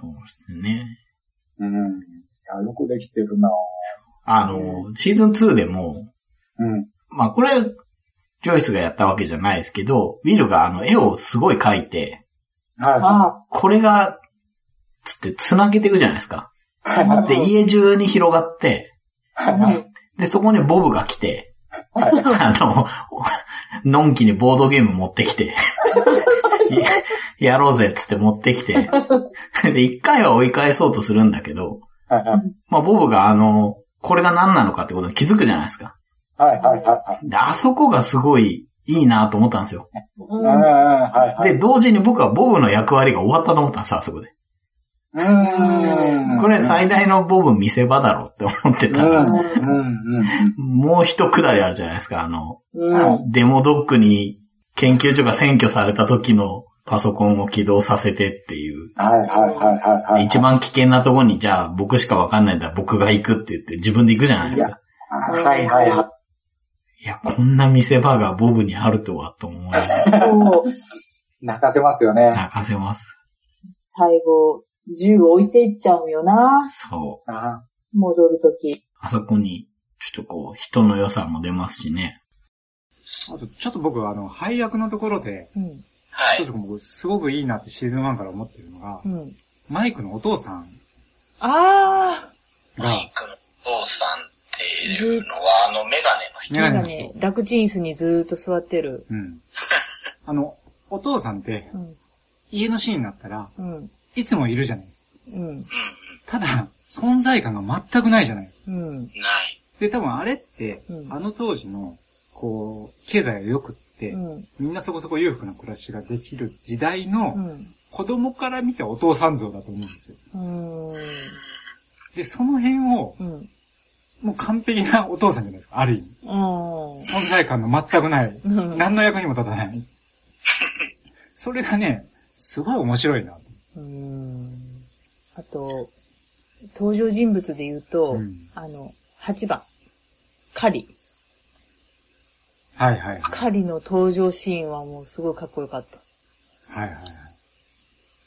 Speaker 3: そうですね。
Speaker 1: うん。いや、よくできてるな
Speaker 3: あの、シーズン2でも、
Speaker 1: うん。
Speaker 3: まあこれ、ジョイスがやったわけじゃないですけど、ウィルがあの絵をすごい描いて、
Speaker 1: は
Speaker 2: あ
Speaker 3: これが、つって繋げていくじゃないですか。
Speaker 1: い。はい
Speaker 2: あ
Speaker 3: で、家中に広がって、
Speaker 2: あ。うん
Speaker 3: で、そこにボブが来て、
Speaker 1: はい。
Speaker 3: あの、のんきにボードゲーム持ってきて、 ややろうぜっつって持ってきて、で、一回は追い返そうとするんだけど、
Speaker 1: はいはい。
Speaker 3: まあ、ボブがあの、これが何なのかってことに気づくじゃないですか。
Speaker 1: はいはいはい。
Speaker 3: で、あそこがすごいいいなと思ったんですよ。
Speaker 1: うん、はいはい。
Speaker 3: で、同時に僕はボブの役割が終わったと思ったんです、あそこで。
Speaker 1: うーん。
Speaker 3: これ最大のボブ見せ場だろって思ってた
Speaker 1: う
Speaker 3: ら、
Speaker 1: ん、うん、うん。
Speaker 3: もう一くだりあるじゃないですか、あの、
Speaker 2: うん。
Speaker 3: デモドックに研究所が占拠された時のパソコンを起動させてっていう。
Speaker 1: はいはいはいはい。はい。
Speaker 3: 一。番危険なとこに、じゃあ僕しかわかんないんだ、僕が行くって言って自分で行くじゃないですか。
Speaker 1: はいはいはい
Speaker 3: や、こんな見せ場がボブにあるとはと思いました
Speaker 2: そう。
Speaker 1: い。泣かせますよね。
Speaker 3: 泣かせます。
Speaker 2: 最後、銃を置いていっちゃうんよな。
Speaker 3: そう。
Speaker 1: あ
Speaker 2: 戻るとき。
Speaker 3: あそこに、ちょっとこう、人の良さも出ますしね。
Speaker 1: あと、ちょっと僕、あの、配役のところで、
Speaker 4: うん。
Speaker 5: は
Speaker 1: 一
Speaker 5: い。
Speaker 1: つ僕、すごくいいなってシーズン1から思ってるのが
Speaker 4: う、ん。
Speaker 1: マイクのお父さん
Speaker 4: ああ
Speaker 5: マ
Speaker 1: が、
Speaker 5: イクの父さんっていうのは、あの、メガネの人。
Speaker 1: メ
Speaker 4: なん
Speaker 1: ガネ
Speaker 4: か
Speaker 1: の人
Speaker 4: ね。、楽チン椅子にずーっと座ってる。
Speaker 1: うん。あの、お父さんって、
Speaker 4: うん。
Speaker 1: 家のシーンになったら、
Speaker 4: うん。
Speaker 1: いつもいるじゃないですか。
Speaker 4: うん。
Speaker 1: ただ、存在感が全くないじゃないですか。
Speaker 4: うん。
Speaker 5: うん。ない。
Speaker 1: で、多分あれって、
Speaker 4: うん
Speaker 1: あの当時の、こう、経済が良くって、
Speaker 4: うん。
Speaker 1: みんなそこそこ裕福な暮らしができる時代
Speaker 4: う
Speaker 1: の
Speaker 4: ん。
Speaker 1: 子供から見たお父さん像だと思うんですよ。
Speaker 4: うん。
Speaker 1: で、その辺を
Speaker 4: うん。
Speaker 1: もう完璧なお父さんじゃないですか、ある意味。
Speaker 4: あ
Speaker 1: 存在感の全くない。
Speaker 4: ーうん。
Speaker 1: 何の役にも立たない。それがね、すごい面白いなと。
Speaker 2: うーん。あと、登場人物で言うと、
Speaker 1: うん
Speaker 2: あの、8番、カリ。
Speaker 1: はいはいはい。
Speaker 2: カリの登場シーンはもうすごいかっこよかった。
Speaker 1: はいはいはい。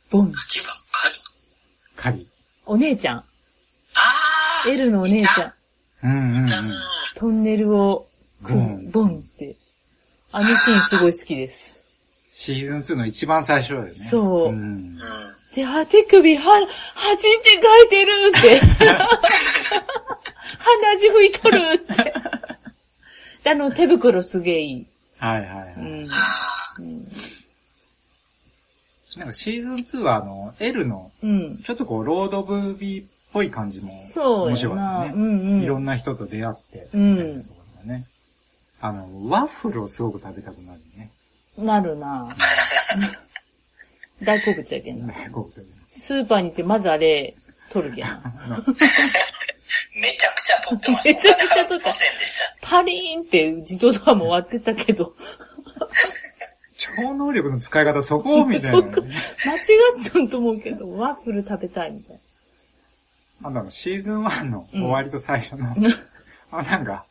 Speaker 2: ボン。
Speaker 6: 8番、カ
Speaker 1: カ
Speaker 6: リ。
Speaker 1: リ。
Speaker 2: お姉ちゃん。
Speaker 6: あー
Speaker 2: エルのお姉ちゃん。
Speaker 1: うんうんうん。
Speaker 6: だなぁ
Speaker 2: トンネルをくず
Speaker 1: ボン
Speaker 2: ボンって。あのシーンすごい好きです。
Speaker 1: シーズン2の一番最初だよね。
Speaker 2: そう
Speaker 1: うん
Speaker 6: うん。
Speaker 2: で、あ、手首、は、はじって書いてるって。 鼻血吹いとるって。であの、手袋すげえいい。
Speaker 1: はいはいはい。
Speaker 2: うん。うん
Speaker 1: なんかシーズン2はあの、L の、
Speaker 2: うん。
Speaker 1: ちょっとこう、ロードムービーっぽい感じも
Speaker 2: そう
Speaker 1: 面
Speaker 2: や
Speaker 1: 白か
Speaker 2: な。
Speaker 1: った
Speaker 2: う
Speaker 1: ね。
Speaker 2: んうん。
Speaker 1: いろんな人と出会って、
Speaker 2: うん
Speaker 1: みたいなところがね。あの、ワッフルをすごく食べたくなる ね。
Speaker 2: なるな 大好物やけんな。
Speaker 1: こうする
Speaker 2: スーパーに行ってまずあれ、取るけん な。
Speaker 6: めちゃくちゃ撮ってました。
Speaker 2: めちゃくちゃ撮った
Speaker 6: お金払ませんでした。
Speaker 2: パリーンって自動ドアも割ってたけ ど、
Speaker 1: 超能力の使い方そこみたいなね、
Speaker 2: そっ間違っちゃうと思うけど、ワッフル食べたいみたい
Speaker 1: あの、シーズン1の終わりと最 初の、あ、なんか、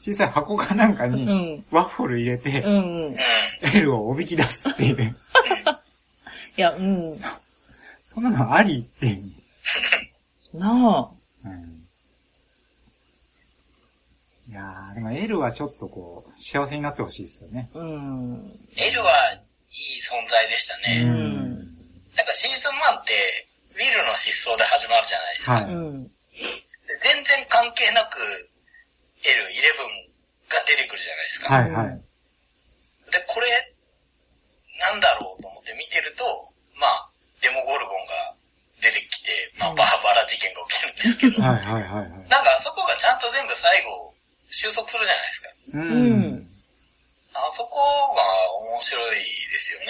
Speaker 1: 小さい箱かなんか
Speaker 2: な。う
Speaker 1: に、
Speaker 2: ん。
Speaker 1: ワッフル入れて、
Speaker 2: うんうん。い
Speaker 6: うん。
Speaker 1: L をおびき出すっていう。
Speaker 2: や、うん。
Speaker 1: そんなのありっていう。
Speaker 2: なあ。
Speaker 1: うん、いやー、でも L はちょっとこう、幸せになってほしいですよね。
Speaker 2: うん。
Speaker 6: L はいい存在でした
Speaker 1: う
Speaker 6: ね。
Speaker 1: ん。
Speaker 6: なんかシーズン1って、ウィルの失踪で始まるじゃないですか。
Speaker 1: は
Speaker 2: う
Speaker 1: い。
Speaker 2: ん。
Speaker 6: で全然関係なく、L11 が出てくるじゃないですか。
Speaker 1: はいはい。
Speaker 6: で、これ、なんだろうと思って見てると、まあ、デモゴルゴンが出てきて、まあ、バーバラ事件が起きるんです けど、
Speaker 1: はいはいはいはい。
Speaker 6: なんかあそこがちゃんと全部最後、収束するじゃないですか。
Speaker 1: う
Speaker 2: うん
Speaker 1: ん。
Speaker 6: あそこが面白いですよね。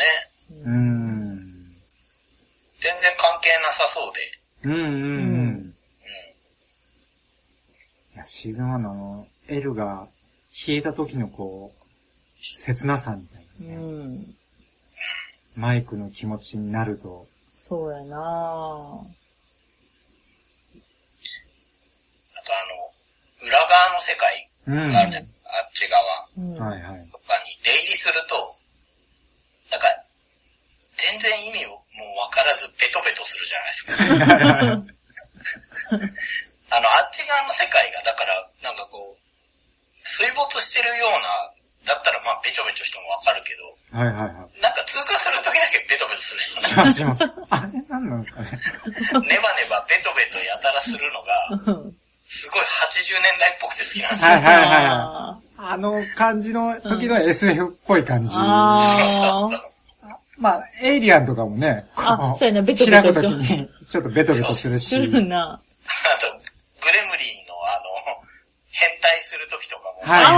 Speaker 1: うん。
Speaker 6: 全然関係なさそうで。
Speaker 1: うんうんう。
Speaker 2: うん
Speaker 1: いや、シーズン1のあの、L が消えた時のこう、切なさみたいうなね。
Speaker 2: ん。
Speaker 1: マイクの気持ちになると、
Speaker 2: そうやな
Speaker 6: あとあの、裏側の世界
Speaker 1: うん。
Speaker 6: があるじゃん
Speaker 1: は
Speaker 6: あっち側
Speaker 2: うん。
Speaker 1: いはい。
Speaker 6: とかに出入りすると、なんか、全然意味をもうわからずベトベトするじゃないです か。あの、あっち側の世界が、だから、なんかこう、水没してるような、だったらまあ、べちょべちょしてもわかるけど、
Speaker 1: はいはい はい。
Speaker 6: なんか通過するときだけベトベトするじ
Speaker 1: 気
Speaker 6: ゃない
Speaker 1: がします。あれ何なんですかね。
Speaker 6: ネバネバベトベトやたらするのが、すごい80年代っぽくて好きなんですよ。
Speaker 1: はいはいはいはい。
Speaker 2: あー
Speaker 1: あの感じの時の SF っぽい感じ。
Speaker 2: あ
Speaker 1: まあ、エイリアンとかもね、
Speaker 2: あ
Speaker 1: こ
Speaker 2: そうやなベトベト
Speaker 1: 開くときに、ちょっとベトベトする
Speaker 2: ー、す
Speaker 1: し。
Speaker 2: るな。
Speaker 6: あと、グレムリンのあの、変態するときとかも、
Speaker 1: はいはいはい、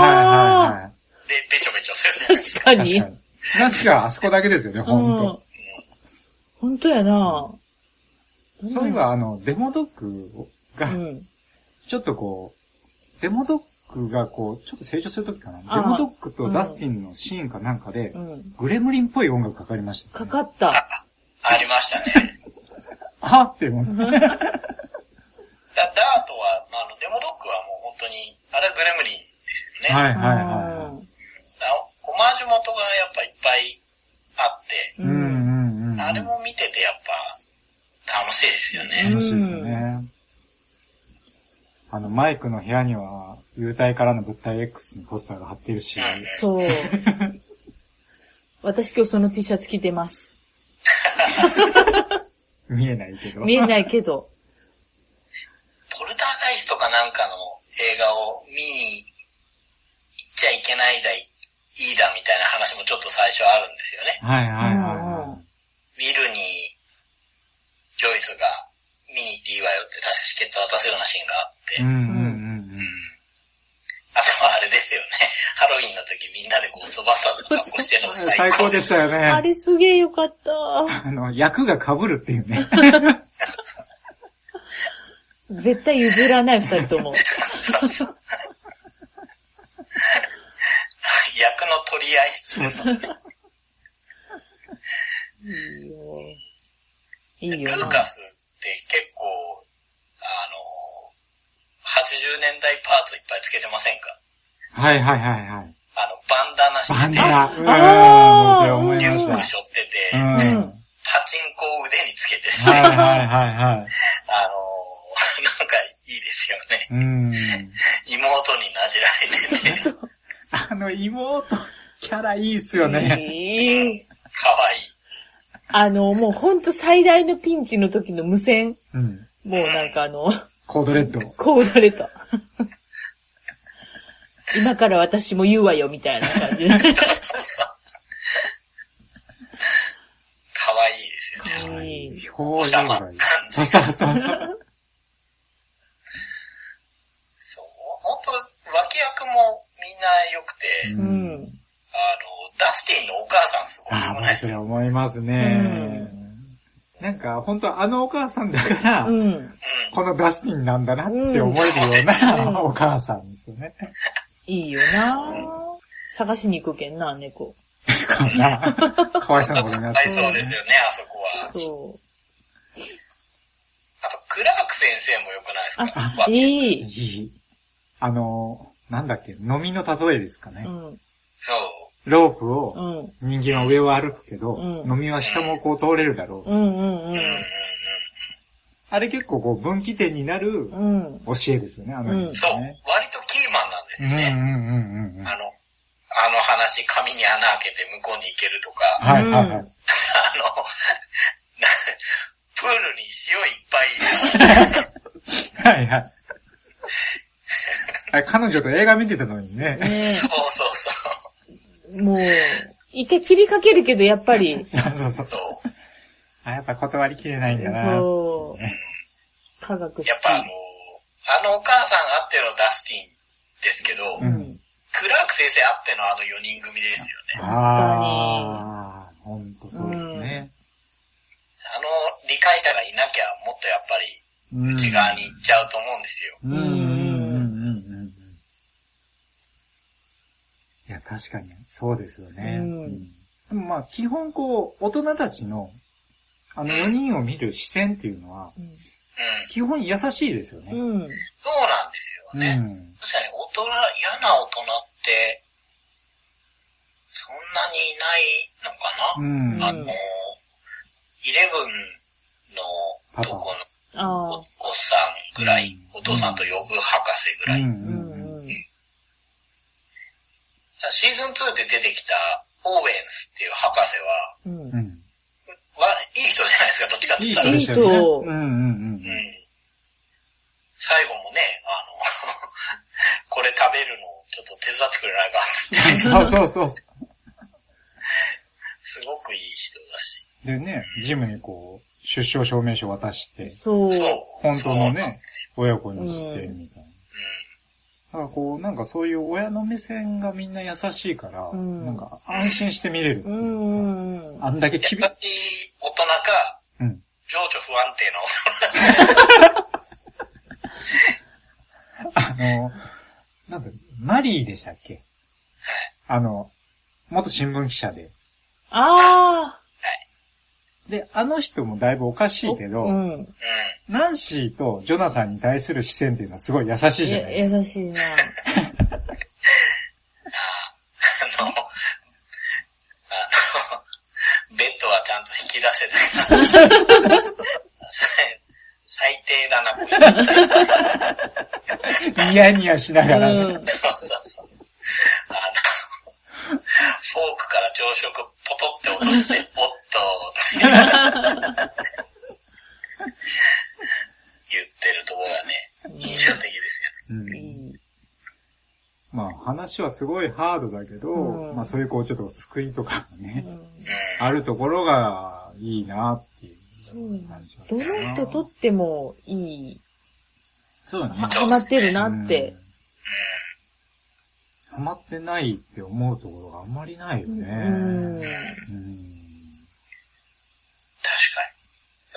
Speaker 1: は
Speaker 6: で、べちょべちょするじゃないです
Speaker 2: 確
Speaker 6: か。
Speaker 2: か
Speaker 1: い。確
Speaker 2: に。
Speaker 1: かに。確かあそこだけですよね、
Speaker 2: うん。
Speaker 1: ほん
Speaker 2: 本当やな
Speaker 1: と。そういえば、あの、デモドッグ
Speaker 2: う
Speaker 1: が、
Speaker 2: ん。
Speaker 1: ちょっとこう、デモドッグがこう、ちょっと成長するときかな。
Speaker 2: あー
Speaker 1: デモドッグとダスティンのシーンかなんかで、
Speaker 2: うん。
Speaker 1: グレムリンっぽい音楽かかりました、
Speaker 2: かかった。
Speaker 6: ありましたね。
Speaker 1: あーって思って。
Speaker 6: だダートは、まああの、デモドックはもう本当に、あれはグレムリンですよね。
Speaker 1: はいはいは
Speaker 6: あオマージュ元がやっぱいっぱいあって、
Speaker 1: い。
Speaker 2: う
Speaker 1: うん
Speaker 2: ん。
Speaker 1: うんうん。
Speaker 6: あれも見ててやっぱ楽しいですよね。
Speaker 1: 楽しいですよね。あの、マイクの部屋には、幽体からの物体 X のポスターが貼ってる し、
Speaker 2: そう。私今日その T シャツ着てます。
Speaker 1: 見えないけど。
Speaker 2: 見えないけど。
Speaker 6: ポルターガイストかなんかの映画を見に行っちゃいけないだい、いいだみたいな話もちょっと最初あるんですよね。
Speaker 1: はいはいはい
Speaker 2: うんう
Speaker 1: は
Speaker 2: ん
Speaker 6: ウィルにジョイスが見に行っていいわよって確かチケット渡すようなシーンがあって
Speaker 1: い。うん、うんうん
Speaker 6: あとはあれですよね。 ハロウィンの時みんなでゴーストバスターズの格好してる
Speaker 1: うん。
Speaker 6: の
Speaker 1: 最高でしたよ
Speaker 2: あ
Speaker 1: ね。
Speaker 2: れすげえよかった。
Speaker 1: あの、役が被るっていうね。
Speaker 2: 絶対譲らない二人とも。
Speaker 6: 役の取り合いですね。
Speaker 2: いいよ。いいよ
Speaker 6: ル
Speaker 2: な
Speaker 6: ー。カスって結構、あの、80年代パーツいっぱいつけてませんか
Speaker 1: はいはいはいはい。
Speaker 6: あの、バンダナして
Speaker 1: バン
Speaker 6: て、
Speaker 1: ダナ、うん、それ思い
Speaker 6: リュ
Speaker 1: ま
Speaker 6: ッ
Speaker 1: し
Speaker 6: ク背負ってて、
Speaker 1: た。うん。
Speaker 6: パ
Speaker 1: は
Speaker 2: うん
Speaker 1: い
Speaker 6: チンコを腕につけて、
Speaker 1: はいはいはい。
Speaker 6: あの、 なんかいいですよね。
Speaker 1: うん。
Speaker 6: 妹になじられ てて、
Speaker 1: あの妹、キャラいいっすよね。
Speaker 2: ええ
Speaker 6: かわい い。
Speaker 2: あの、もうほんと最大のピンチの時の無線。
Speaker 1: うん。
Speaker 2: もうなんかあの、
Speaker 1: コードレッド。
Speaker 2: こうなれた。今から私も言うわよ、みたいな感じで。
Speaker 6: かわいいですよね。
Speaker 2: 可愛い。
Speaker 1: 表情がいい。そうそうそうそう。
Speaker 6: そう。本当脇役もみんな良くて、
Speaker 2: う
Speaker 1: うん。
Speaker 2: ん。
Speaker 6: あの、ダスティンのお母さんすごい
Speaker 1: あ
Speaker 6: 良く
Speaker 1: あ、
Speaker 6: ないです
Speaker 1: そ
Speaker 6: か
Speaker 1: れ思いますね。なんか、本当あのお母さんだから、
Speaker 2: うん。
Speaker 6: うん。
Speaker 1: このダスティンなんだなって思えるような、お母さんですよね。
Speaker 2: いいよな探しに行くけんな、猫。
Speaker 1: こんな、かわいそうなことになっ
Speaker 6: かわ
Speaker 1: て
Speaker 6: い
Speaker 1: る
Speaker 6: そうですよね、あそこは。
Speaker 2: そ
Speaker 6: あと、クラーク先生も良くないですか
Speaker 2: う。
Speaker 6: 脇役
Speaker 2: い
Speaker 1: い
Speaker 2: い。
Speaker 1: い。あの、なんだっけ、飲みの例えですかね
Speaker 2: う。ん。
Speaker 6: そう。
Speaker 1: ロープを
Speaker 2: う、ん。
Speaker 1: 人間は上を歩くけど、
Speaker 2: うん
Speaker 1: 飲みは下もこう通れるだろう。
Speaker 2: うんうん
Speaker 6: うんうんうん。
Speaker 1: あれ結構こう分岐点になる
Speaker 2: うん。うん。
Speaker 1: 教えですよね、あの辺です
Speaker 6: そう。
Speaker 1: ね。
Speaker 6: 割とキーマンなんです
Speaker 1: うん
Speaker 6: よ
Speaker 1: うん
Speaker 6: ね。
Speaker 1: うんうんうん。
Speaker 6: あの、あの話、紙に穴開けて向こうに行けるとか、あ
Speaker 1: はいはいはい。
Speaker 6: の、 なプールに塩いっぱい入れる
Speaker 1: はいはい。あれ彼女と映画見てたのにね。
Speaker 2: ね
Speaker 6: そうそうそう。
Speaker 2: え。もう、一回切りかけるけど、やっぱり、
Speaker 1: そうそうそう。
Speaker 6: そう。
Speaker 1: あ、やっぱ断りきれないんだな。
Speaker 2: そう。科学好き
Speaker 6: やっぱあの、あのお母さんあってのダスティンですけど、
Speaker 1: う
Speaker 2: うん。
Speaker 6: クラーク先生あってのあの4人組ですよね。
Speaker 1: ああ、ほんとそうですね。
Speaker 6: あの理解者がいなきゃもっとやっぱり
Speaker 1: うん
Speaker 6: 内側に行っちゃうと思うんですよ。
Speaker 1: うんうんうんうんうん。いや、確かに、そうですよね。
Speaker 2: うん
Speaker 1: うんでもまあ、基本こう、大人たちの、あの4人を見る視線っていうのは、
Speaker 6: うん。
Speaker 1: 基本優しいですよね。
Speaker 2: うん。
Speaker 6: そうなんですよね。
Speaker 1: うん
Speaker 6: 確かに大人、嫌な大人って、そんなにいないのか
Speaker 1: う
Speaker 6: な、
Speaker 1: ん。
Speaker 2: うん
Speaker 6: あの、イレブンのとこのお
Speaker 2: あ
Speaker 6: おっさんぐらい、
Speaker 1: うん
Speaker 6: お父さんと呼ぶ博士
Speaker 1: う
Speaker 6: ぐらい。
Speaker 2: あ。うん
Speaker 1: うん
Speaker 2: んうん。
Speaker 6: シーズン2で出てきたオーウェンスっていう博士は、
Speaker 2: うん
Speaker 1: う。ん。
Speaker 6: わいい人じゃないですか、どっちかって
Speaker 1: いい
Speaker 6: 言った
Speaker 1: 人
Speaker 6: ら。
Speaker 1: でした
Speaker 2: い
Speaker 1: よ
Speaker 2: い
Speaker 1: ね。
Speaker 2: 人
Speaker 1: うんうん
Speaker 6: うん。最後もね、あの、 これ食べるのちょっと手伝ってくれないかって
Speaker 1: うん。そうそうそうそ
Speaker 6: すごくいい人だし。
Speaker 1: う。でね、ジムにこう、出生証明書渡して、
Speaker 2: そう。
Speaker 6: そう。
Speaker 1: 本当の
Speaker 6: そう
Speaker 1: ね、親子にして、みたいな。だからこう、なんかそういう親の目線がみんな優しいから、
Speaker 2: うん
Speaker 1: なんか安心して見れるっていううか
Speaker 2: んうんうん。
Speaker 1: あんだけ
Speaker 6: やっ
Speaker 1: 厳
Speaker 6: ぱり大人か、
Speaker 1: うん。
Speaker 6: 情緒不安定な大人
Speaker 1: あの、なんだ、マリーでしたっけあの、元新聞記者で。
Speaker 2: あ
Speaker 1: で、あの人もだいぶおかし
Speaker 2: あ。
Speaker 1: いけど、
Speaker 2: うん。
Speaker 1: ナンシーとジョナサンに対する視線っていうのはすごい優しいじゃない
Speaker 2: え
Speaker 1: ですか。
Speaker 2: 優しいな。
Speaker 6: うん。あの、あの、ベッドはちゃんと引き出せな い。最低だな、こいつ
Speaker 1: ニヤニヤしながらね。
Speaker 2: うん。
Speaker 6: そうそうそう。あの、フォークから朝食ポトって落として、おっとって言ってるところがね、印象的ですよね。
Speaker 1: うん
Speaker 2: いい
Speaker 1: まあ話はすごいハードだけど、
Speaker 2: うん
Speaker 1: まあそういうこうちょっと救いとかもね、
Speaker 2: うん
Speaker 6: うん。
Speaker 1: あるところがいいなっていう感じは
Speaker 2: どの人とってもいい。
Speaker 1: そうね。
Speaker 2: はハマってるなって。
Speaker 1: うん。ハマってないって思うところがあんまりないよ
Speaker 2: うん。
Speaker 1: ね。うん
Speaker 6: 確かに。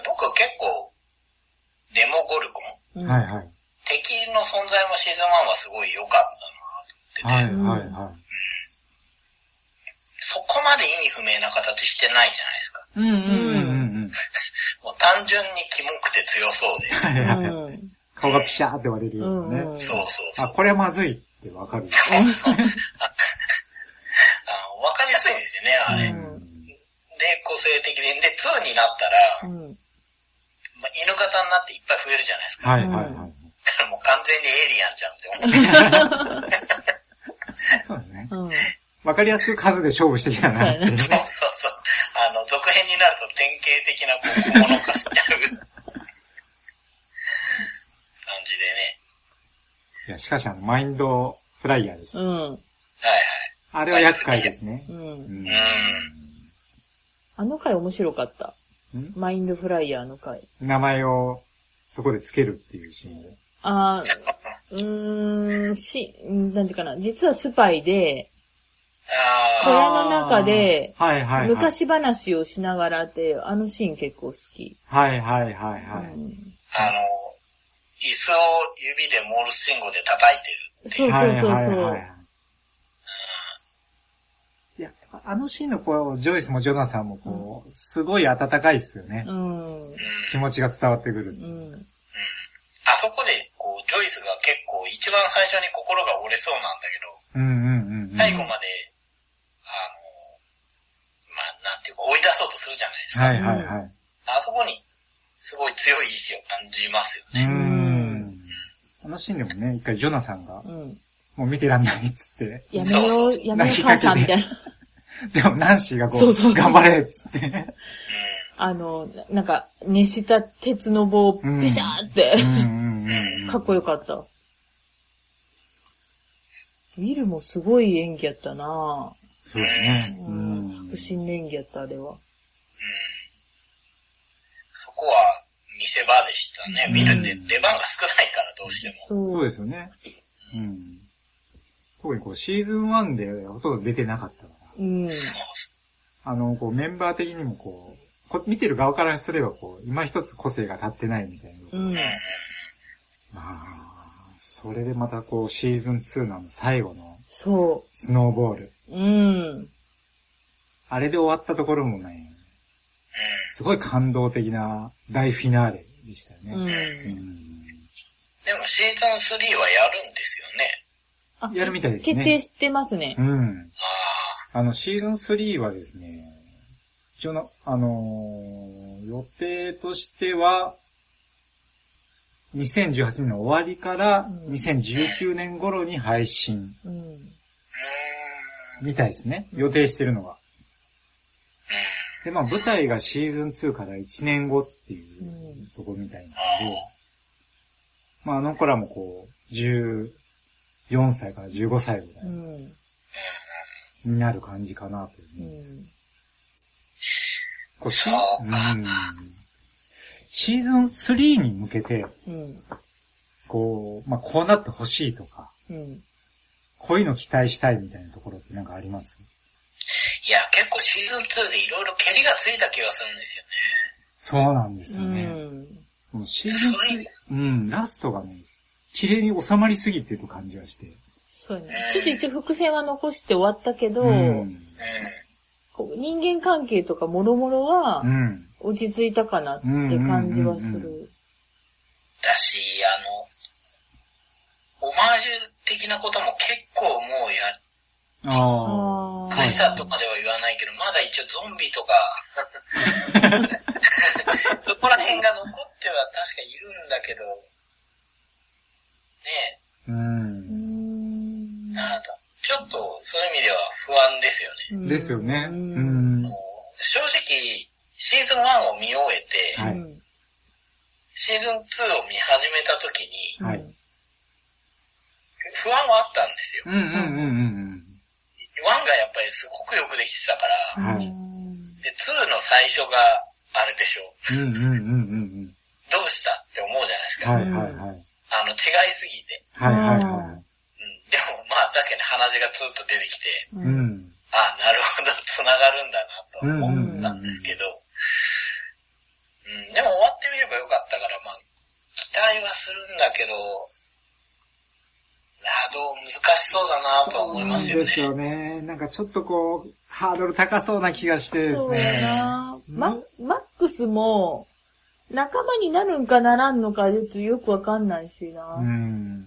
Speaker 6: 僕結構、デモゴルゴ
Speaker 2: う
Speaker 6: ン、
Speaker 2: ん
Speaker 1: はいはい。
Speaker 6: 敵の存在もシーズン1はすごい良かったな
Speaker 1: は
Speaker 6: と思ってて、
Speaker 1: いはいは
Speaker 6: そこまで意味不明な形してないじゃないですか。
Speaker 1: い。うん
Speaker 2: う
Speaker 1: うん
Speaker 2: ん
Speaker 1: うんうん。
Speaker 6: もう単純にキモくて強そうで。
Speaker 2: うん。
Speaker 1: 顔がピシャーって割れる
Speaker 2: う
Speaker 1: ようんなね。
Speaker 2: うん。
Speaker 6: そうそうそう
Speaker 1: あ、。これはまずいってわかる。
Speaker 6: あのわかりやすいんですよね、あれ。
Speaker 2: う
Speaker 6: で、
Speaker 2: ん
Speaker 6: 個性的で。で、2になった
Speaker 2: うん。
Speaker 6: ら、まあ、犬型になっていっぱい増えるじゃないですか。
Speaker 1: はいはいはい。
Speaker 6: だからもう完全にエイリアンじゃんって思って。
Speaker 1: そうだね。
Speaker 2: うん。
Speaker 1: わかりやすく数で勝負してきたな って。
Speaker 6: そうそうそう。あの、続編になると典型的なこう小物化しちゃう感じでね。
Speaker 1: いや、しかしあの、マインドフライヤーです。
Speaker 2: うん。
Speaker 6: はい
Speaker 1: あれは厄介ですね。
Speaker 2: うん。
Speaker 3: うん
Speaker 6: はい。
Speaker 2: あの回面白かった。
Speaker 1: ん
Speaker 2: マインドフライヤーの回。
Speaker 1: 名前をそこでつけるっていうシーンで。
Speaker 2: あー、うーん、し、なんていうかな、実はスパイで、
Speaker 6: う
Speaker 2: 小
Speaker 6: ん。あー
Speaker 2: 屋の中で
Speaker 1: あー、はいはいはい。。
Speaker 2: 昔話をしながらって、あのシーン結構好き。
Speaker 1: はいはいは
Speaker 2: う
Speaker 1: いはい。
Speaker 2: ん
Speaker 6: あの、椅子を指でモールス信号で叩いてる。
Speaker 2: そうそうそう
Speaker 1: はいはい
Speaker 2: そ
Speaker 1: は
Speaker 2: う
Speaker 1: い。いや、あのシーンのこう、ジョイスもジョナサンもこう、すごい温かいですよね。
Speaker 2: うん。
Speaker 1: 気持ちが伝わってく
Speaker 2: う
Speaker 1: る。
Speaker 2: ん。
Speaker 6: あそこで、こう、ジョイスが結構一番最初に心が折れそうなんだけど、
Speaker 1: うんうんうんうん。
Speaker 6: 最後まで、あの、まあ、なんていうか、追い出そうとするじゃないですか。
Speaker 1: はいはいはい。
Speaker 6: あそこに、すごい強い意志を感じますよね。
Speaker 1: うーん。あのシーンでもね、一回ジョナサンが、
Speaker 2: うん。
Speaker 1: もう見てらんないっつって、
Speaker 2: やめよう、やめよう、母さんみたいな。
Speaker 1: でもナンシーがこう、
Speaker 2: そうそう
Speaker 1: 頑張れっつって。
Speaker 2: あの、ななんか、熱した鉄の棒をピシャーって、
Speaker 1: うんうんうん。
Speaker 2: かっこよかった。ウィルもすごい演技やったなぁ。
Speaker 1: そうだね。
Speaker 2: う。
Speaker 1: うんん
Speaker 2: 不。審な演技やった、あれは。
Speaker 6: そこは、見せ場でしたね。見るって出番が少ないから、どうしても。
Speaker 2: そう。
Speaker 1: そうですよね。うん。特にこう、シーズン1でほとんど出てなかったから。
Speaker 2: うん。
Speaker 1: あの、こう、メンバー的にもこう、こ見てる側からすればこう、今一つ個性が立ってないみたいな。
Speaker 2: うん。
Speaker 1: まあ、それでまたこう、シーズン2のあの最後の
Speaker 2: そ
Speaker 1: スノーボール。
Speaker 2: う。うん。
Speaker 1: あれで終わったところもね、すごい感動的な大フィナーレでしたよ
Speaker 2: う
Speaker 1: ね。
Speaker 2: ん。
Speaker 6: でも、シーズン3はやるんですよね。
Speaker 2: あ
Speaker 1: やるみたいですね
Speaker 2: 決定してますね
Speaker 1: う。ん。
Speaker 6: あ
Speaker 1: あの、シーズン3はですね、一応の、あのー予定としては、2018年の終わりから
Speaker 2: うん
Speaker 1: 2019年頃に配信
Speaker 2: うん。
Speaker 1: みたいですね。予定してるのが。で、まあ舞台がシーズン2から1年後っていうとこみたいなんで、まああの子らもこう、14歳から15歳ぐら
Speaker 2: う
Speaker 1: い
Speaker 2: ん。
Speaker 1: になる感じかなという
Speaker 2: うん。
Speaker 1: ね。こうし
Speaker 6: そう
Speaker 1: うんシーズン3に向けて、
Speaker 2: うん。
Speaker 1: こう、まあ、こうなってほしいとか、
Speaker 2: うん。
Speaker 1: こういうの期待したいみたいなところってなんかあります
Speaker 6: ーいや、結構シーズン2でいろいろ蹴りがついた気がするんですよね。
Speaker 1: そうなんです
Speaker 2: う
Speaker 1: よね。
Speaker 2: ん。
Speaker 1: もうシーズン3、うん、ラストがね、綺麗に収まりすぎてる感じがして。
Speaker 2: そうやね。ちょっと一応伏線は残して終わったけど、
Speaker 1: うん。
Speaker 2: こう人間関係とかもろもろは
Speaker 1: う、ん。
Speaker 2: 落ち着いたかなって感じはす
Speaker 1: うんうんうんう
Speaker 2: る。
Speaker 6: だし、あの、オマージュ的なことも結構もうや
Speaker 1: あ
Speaker 6: っ
Speaker 1: あ。
Speaker 2: あ
Speaker 6: く
Speaker 2: あ。
Speaker 6: したとかでは言わないけど、まだ一応ゾンビとか、そこら辺が残っては確かいるんだけど、ね
Speaker 1: う。
Speaker 2: うんん
Speaker 6: え、なんだ、ちょっとそういう意味では不安ですよね。
Speaker 1: ですよね。
Speaker 2: う。
Speaker 1: うんん
Speaker 6: もう。正直、シーズン1を見終えて、
Speaker 1: はい
Speaker 2: うん
Speaker 6: シーズン2を見始めた時に、
Speaker 1: はい。
Speaker 6: 不安はあったんですよ。
Speaker 1: うんうんうんうん
Speaker 6: 1がやっぱりすごくよくできてたから、
Speaker 1: うん。はい。
Speaker 6: で、2の最初が、あれでしょう。
Speaker 1: うんうんうんうん
Speaker 6: どうしたって思うじゃな
Speaker 1: う
Speaker 6: いです
Speaker 1: ん。
Speaker 6: か。
Speaker 1: はいはいはい。
Speaker 6: あの、違いすぎて。
Speaker 1: はいはいは
Speaker 6: うん。でも、まあ、確かに鼻血がツーッと出てきて、
Speaker 1: い。うん。
Speaker 6: ああ、なるほど、 繋がるんだな、と思ったんですけど。うん、でも終わってみればよかったから、まあ、期待はするんだけど、ああ、どう、難しそうだな、とは思いますよね。
Speaker 1: そうなんですよね。なんかちょっとこう、ハードル高そうな気がしてです
Speaker 2: そうや
Speaker 1: ね。
Speaker 2: な。ママックスも、仲間になるんかならんのか、ちょっとよくわかんないしな。
Speaker 1: うん。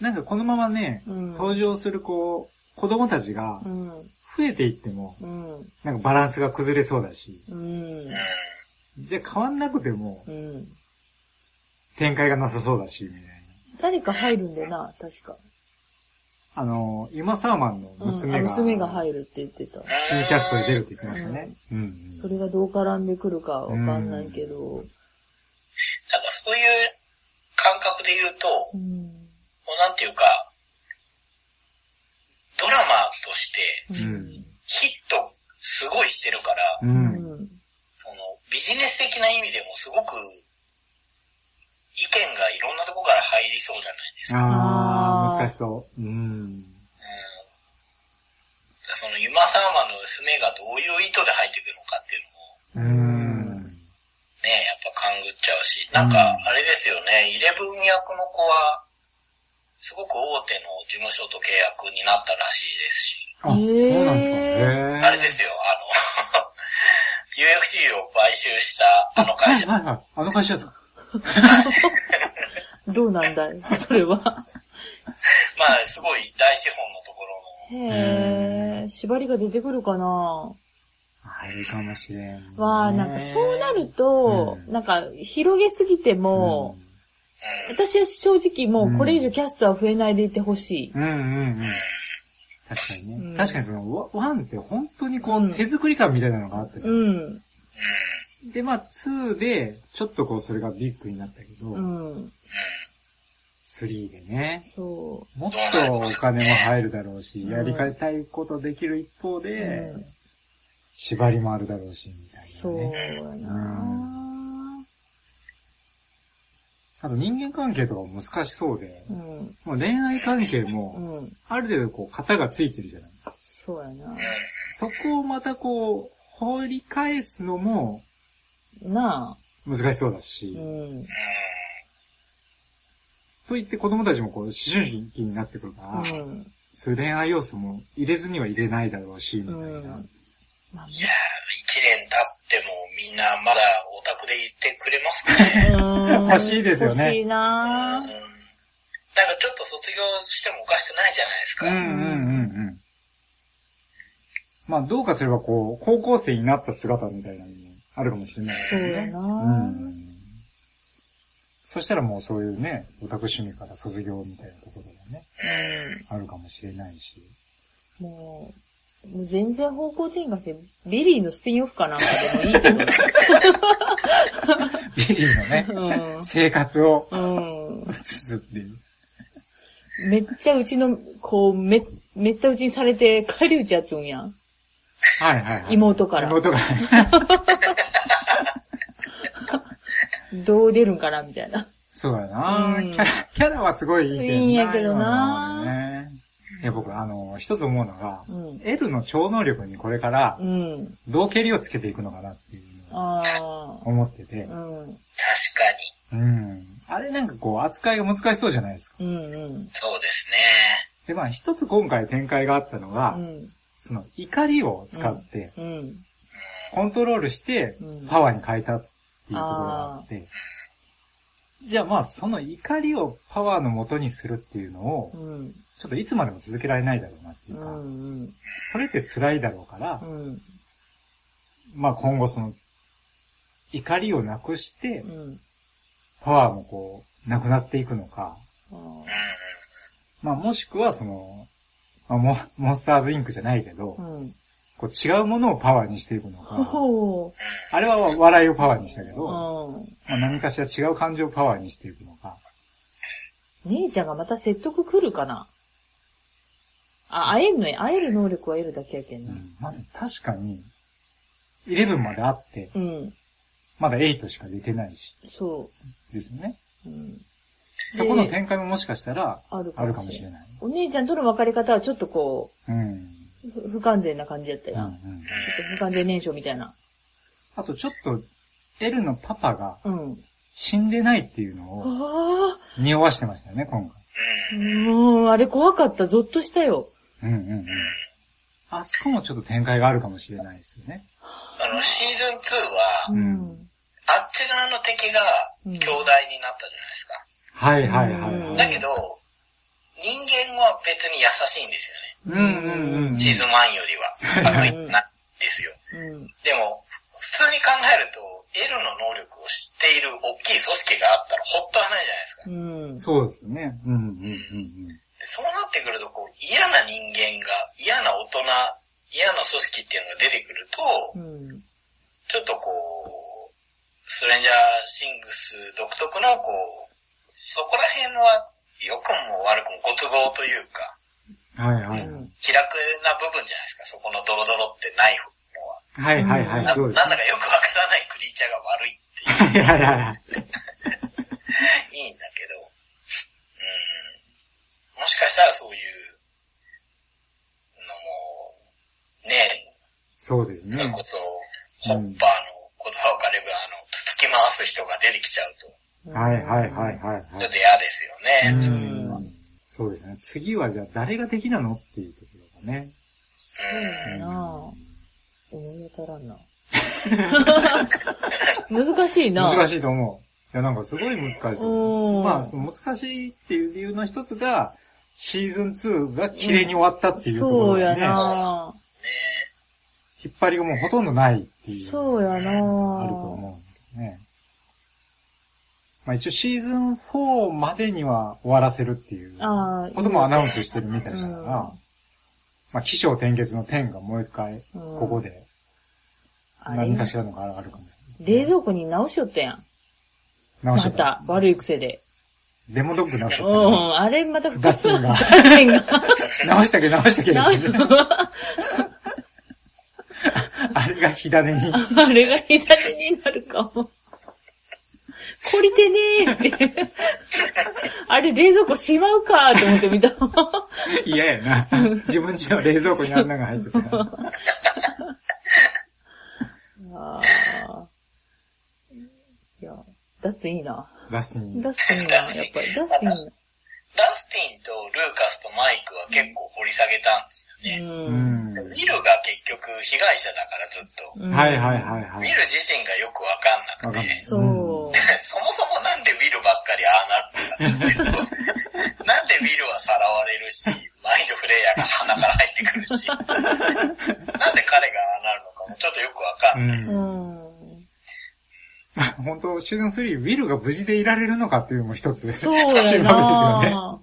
Speaker 6: う
Speaker 1: なんかこのままね、
Speaker 2: うん
Speaker 1: 登場するこう、子供たちが
Speaker 2: うん。
Speaker 1: 増えていっても、
Speaker 2: うん。
Speaker 1: なんかバランスが崩れそうだし、
Speaker 2: うん。
Speaker 6: ん。うん。
Speaker 1: じゃあ変わんなくても
Speaker 2: うん。
Speaker 1: 展開がなさそうだし、みたいな。
Speaker 2: 誰か入るんだよな、確か。
Speaker 1: あの、今サーマンの
Speaker 2: うん
Speaker 1: 娘
Speaker 2: あ
Speaker 1: が、
Speaker 2: 娘が入るって言ってた。
Speaker 1: 新キャストで出るって言ってましたね。うん。うん
Speaker 2: それがどう絡んでくるかわかんないけど。
Speaker 6: なんかそういう感覚で言うと、も
Speaker 2: うん。
Speaker 6: うなんていうか、ドラマとして
Speaker 1: うん。
Speaker 6: ヒットすごいしてるか
Speaker 1: う。
Speaker 6: ら、
Speaker 2: うんん。
Speaker 6: そのビジネス的な意味でもすごく意見がいろんなとこから入りそうじゃないですか。
Speaker 2: あ
Speaker 1: あ
Speaker 2: ー
Speaker 1: ー、難しそう。うん。
Speaker 6: うんそのユマサーマの娘がどういう意図で入ってくるのかっていうのも
Speaker 1: うん。
Speaker 6: ね、やっぱ勘ぐっちゃうし、なんかあれですよね、イレブン役の子は、すごく大手の事務所と契約になったらしいですし、
Speaker 1: あ、そうなんですか。
Speaker 2: へ
Speaker 1: へ
Speaker 6: あれですよ、あの、UFC を買収したあの 会社、
Speaker 1: はいはい。あの会社ですか。
Speaker 2: どうなんだいそれは。
Speaker 6: まあすごい大資本のところの、
Speaker 2: へえ、縛りが出てくるかな
Speaker 1: 入るかもしれん。
Speaker 2: わあ、なんかそうなると、
Speaker 1: うん
Speaker 2: なんか広げすぎても、
Speaker 6: うん、
Speaker 2: 私は正直もうこれ以上キャストは増えないでいてほしい。
Speaker 1: うんうんうん。確かに
Speaker 2: うん
Speaker 1: ね。確かにその、ワワンって本当にこ
Speaker 2: うん
Speaker 1: う、手作り感みたいなのがあって。
Speaker 2: うん。
Speaker 1: で、まあ、2で、ちょっとこう、それがビッグになったけど、
Speaker 2: うん。
Speaker 1: 3でね、
Speaker 2: そ
Speaker 1: もっとお金も入るだろうし、
Speaker 2: うん
Speaker 1: やりたいことできる一方
Speaker 2: う。
Speaker 1: で
Speaker 2: う、ん、
Speaker 1: 縛りもあるだろうし、みたいな、ね。
Speaker 2: そうやな
Speaker 1: あと人間関係とかも難しそうで、
Speaker 2: うん。
Speaker 1: もう恋愛関係も、
Speaker 2: うん。
Speaker 1: ある程度こう、型がついてるじゃないですか。
Speaker 2: そうやな
Speaker 1: そこをまたこう、掘り返すのも
Speaker 2: なあ。
Speaker 1: 難しそうだし、
Speaker 2: うん。
Speaker 1: といって子供たちもこう、思春期になってくるから、
Speaker 2: うん。
Speaker 1: そういう恋愛要素も入れずには入れないだろうし、みたいな。
Speaker 2: うん。まあ
Speaker 6: いや一年経ってもみんなまだオタクで言ってくれますかね。
Speaker 2: ね、
Speaker 1: 欲しいですよね
Speaker 2: 欲しいな
Speaker 6: うんなんかちょっと卒業してもおかしくないじゃないですか。
Speaker 1: うんうんうんうん。まあ、どうかすればこう、高校生になった姿みたいなのもあるかもしれないです
Speaker 2: そう
Speaker 1: よ
Speaker 2: や
Speaker 1: ね。
Speaker 2: な
Speaker 1: うん。そしたらもうそういうね、オタク趣味から卒業みたいなところもね、あるかもしれないし。
Speaker 2: もう、もう全然方向転換して、ビリーのスピンオフかなんかでもいいけど。
Speaker 1: ビリーのね、 生活を
Speaker 2: うん。うん
Speaker 1: 映すっていう。
Speaker 2: めっちゃうちの、こう、め、めったうちにされて、帰り討ちやっちゃうんやん。
Speaker 1: はいはい、はい。
Speaker 2: 妹から
Speaker 1: 妹から。
Speaker 2: どう出るんかな、みたいな。
Speaker 1: そうだな、
Speaker 2: うん
Speaker 1: キャラ、キャラはすごいいいけどな。
Speaker 2: いいんやけどな
Speaker 1: 今のはねいや、僕、あの、一つ思うのが、
Speaker 2: うん。
Speaker 1: L の超能力にこれから
Speaker 2: う、ん。
Speaker 1: どう蹴りをつけていくのかなっていうのを
Speaker 2: ああ。
Speaker 1: 思ってて
Speaker 2: う、ん。
Speaker 6: 確かに。
Speaker 1: うん。あれなんかこう、扱いが難しそうじゃないですか。
Speaker 2: うんうん。
Speaker 6: そうですね。
Speaker 1: で、まあ、一つ今回展開があったのが、
Speaker 2: うん。
Speaker 1: その、怒りを使って、
Speaker 2: うん。
Speaker 1: コントロールして
Speaker 2: うん、
Speaker 1: パワーに変えたっていうところがあって、じゃあまあ、その怒りをパワーの元にするっていうのを
Speaker 2: う、ん。
Speaker 1: ちょっといつまでも続けられないだろうなっていううか、
Speaker 2: ん。
Speaker 1: それって辛いだろうから
Speaker 2: う、ん。
Speaker 1: まあ今後その、怒りをなくして
Speaker 2: う、ん。
Speaker 1: パワーもこう、なくなっていくのか、
Speaker 2: あ
Speaker 6: うん
Speaker 1: まあもしくはその、まあ、モモンスターズインクじゃないけど、
Speaker 2: ーうん。
Speaker 1: こう違うものをパワーにしていくの
Speaker 2: ほ
Speaker 1: か、
Speaker 2: ほ
Speaker 1: あれは笑いをパワーにしたけ
Speaker 2: う。
Speaker 1: ど、ま
Speaker 2: うん。
Speaker 1: あ、何かしら違う感情をパワーにしていくのか、
Speaker 2: 姉ちゃんがまた説得来るかなあ、会えんのや。会える能力は得るだけやけん
Speaker 1: う
Speaker 2: な。
Speaker 1: んまあ確かに、11まであって、
Speaker 2: うん。
Speaker 1: まだ8しか出てないし、
Speaker 2: そ
Speaker 1: ですよね。
Speaker 2: う。うん。
Speaker 1: そこの展開ももしかしたら、
Speaker 2: ある
Speaker 1: あるかもしれ
Speaker 2: い。
Speaker 1: ない。
Speaker 2: お姉ちゃんとの別れ方はちょっとこ
Speaker 1: うん。うん
Speaker 2: う、ふ不完全な感じやった
Speaker 1: う
Speaker 2: やん。ち
Speaker 1: ん
Speaker 2: ょっと不完全燃焼みたいな。
Speaker 1: あとちょっと、エルのパパが
Speaker 2: うん。
Speaker 1: 死んでないっていうのを
Speaker 2: あ
Speaker 1: 匂わしてましたよね、今
Speaker 2: あ、うん、あれ怖かった。ゾッとしたよ。
Speaker 1: 回。うんうんうん。あそこもちょっと展開があるかもしれないですよね。
Speaker 6: あの、シーズン2は、
Speaker 1: ん
Speaker 2: うん
Speaker 6: あっち側の敵が
Speaker 2: うん
Speaker 6: 兄弟になったじゃないですか。
Speaker 1: はいはいはい
Speaker 2: うん
Speaker 1: は
Speaker 6: だ
Speaker 1: い。
Speaker 6: けど、人間は別に優しいんですよ
Speaker 1: うん
Speaker 6: ね。
Speaker 1: うんうんうん。
Speaker 6: シーズン1よりは。悪意ないですよ。
Speaker 2: うん。
Speaker 6: でも、普通に考えると、L の能力を知っている大きい組織があったらほっとはないじゃないですか。
Speaker 2: うん。
Speaker 1: そうですね。うんうんうん
Speaker 6: でそうなってくると、こう、嫌な人間が、嫌な大人、嫌な組織っていうのが出てくると、
Speaker 2: うん。
Speaker 6: ちょっとこう、ストレンジャーシングス独特の、こう、そこら辺は、良くも悪くもご都合というか、
Speaker 1: うん。
Speaker 2: う
Speaker 1: はいはい。
Speaker 2: ん。
Speaker 6: 気楽な部分じゃないですか、そこのドロドロってない方
Speaker 1: は
Speaker 6: は。
Speaker 1: いはいはい。
Speaker 6: な
Speaker 1: そう
Speaker 6: なん
Speaker 1: です
Speaker 6: だかよくわからないクリーチャーが悪いっていう
Speaker 1: ね。はいはいはい。
Speaker 6: いいんだけど、うん。もしかしたらそういうのも、ね
Speaker 1: そうです
Speaker 6: それ
Speaker 1: ね
Speaker 6: こ。そ、ホッパーの言葉を借りれば、あの、つつき回す人が出てきちゃうと、
Speaker 1: はいはいはいはい
Speaker 6: ちょ
Speaker 1: は
Speaker 6: っと嫌です
Speaker 1: い。
Speaker 6: よ ね。
Speaker 1: うん。そうですね。次はじゃあ誰が敵なのっていうところがね。
Speaker 2: そうだなぁ。思い当たら んな。難しいな
Speaker 1: 難
Speaker 2: い。
Speaker 1: しいと思う。いやなんかすごい難しいですよね。
Speaker 2: うん。
Speaker 1: まあ、その難しいっていう理由の一つが、シーズン2が綺麗に終わったっていうところ
Speaker 2: そう
Speaker 1: が
Speaker 2: や
Speaker 1: ね、
Speaker 2: な
Speaker 1: 引っ張りがもうほとんどないっていう。
Speaker 2: そうやな
Speaker 1: あると思うんだけどね。まあ一応シーズン4までには終わらせるっていう
Speaker 2: ああ
Speaker 1: こともアナウンスしてるみたいだから、
Speaker 2: うん
Speaker 1: まあ起承転結の点がもう一回ここ
Speaker 2: で。
Speaker 1: で
Speaker 2: あれ
Speaker 1: 何かしらのがあるかも。
Speaker 2: 冷蔵庫に直しよったやん。
Speaker 1: 直
Speaker 2: ま
Speaker 1: しちゃっ
Speaker 2: た、
Speaker 1: た。
Speaker 2: 悪い癖で。
Speaker 1: デモドッグ直しち
Speaker 2: う
Speaker 1: ゃったよね。
Speaker 2: ん、あれまた複
Speaker 1: ダ
Speaker 2: 数
Speaker 1: スティンが
Speaker 2: 出せん が。
Speaker 1: 直したけど直したけど、
Speaker 2: 直す
Speaker 1: あれが火種に。
Speaker 2: あれが日差しになるかも。懲りてねーって。あれ冷蔵庫しまうかーって思って見た。
Speaker 1: 嫌やな。自分家の冷蔵庫にあんなが入っちゃったから。
Speaker 2: あーいや、ダスティンいいな。
Speaker 1: ラスに。
Speaker 2: ダスティンいいな、やっぱり。ダステ
Speaker 6: ダスティンとルーカスとマイクは結構掘り下げたんですよ
Speaker 2: ィン
Speaker 6: ね。
Speaker 1: う
Speaker 2: いいな。
Speaker 1: ん。は
Speaker 6: ニルが結局被害者だからずっと。
Speaker 2: うん。
Speaker 1: いはいはいはい。
Speaker 6: ニル自身がよくわかん
Speaker 1: わかん
Speaker 6: なく
Speaker 1: な
Speaker 6: て
Speaker 1: い。
Speaker 2: そう。
Speaker 6: そもそもなんでウィルばっかりああなるんだっていうなんでウィルはさらわれるし、マインドフレイヤーが鼻から入ってくるし、なんで彼がああなるのかもちょっとよくわかんない。
Speaker 1: う。
Speaker 2: うん ん。
Speaker 1: 本当、シーズン3、ウィルが無事でいられるのかっていうのも一つです
Speaker 2: そうや
Speaker 1: 目ですよね。
Speaker 2: な。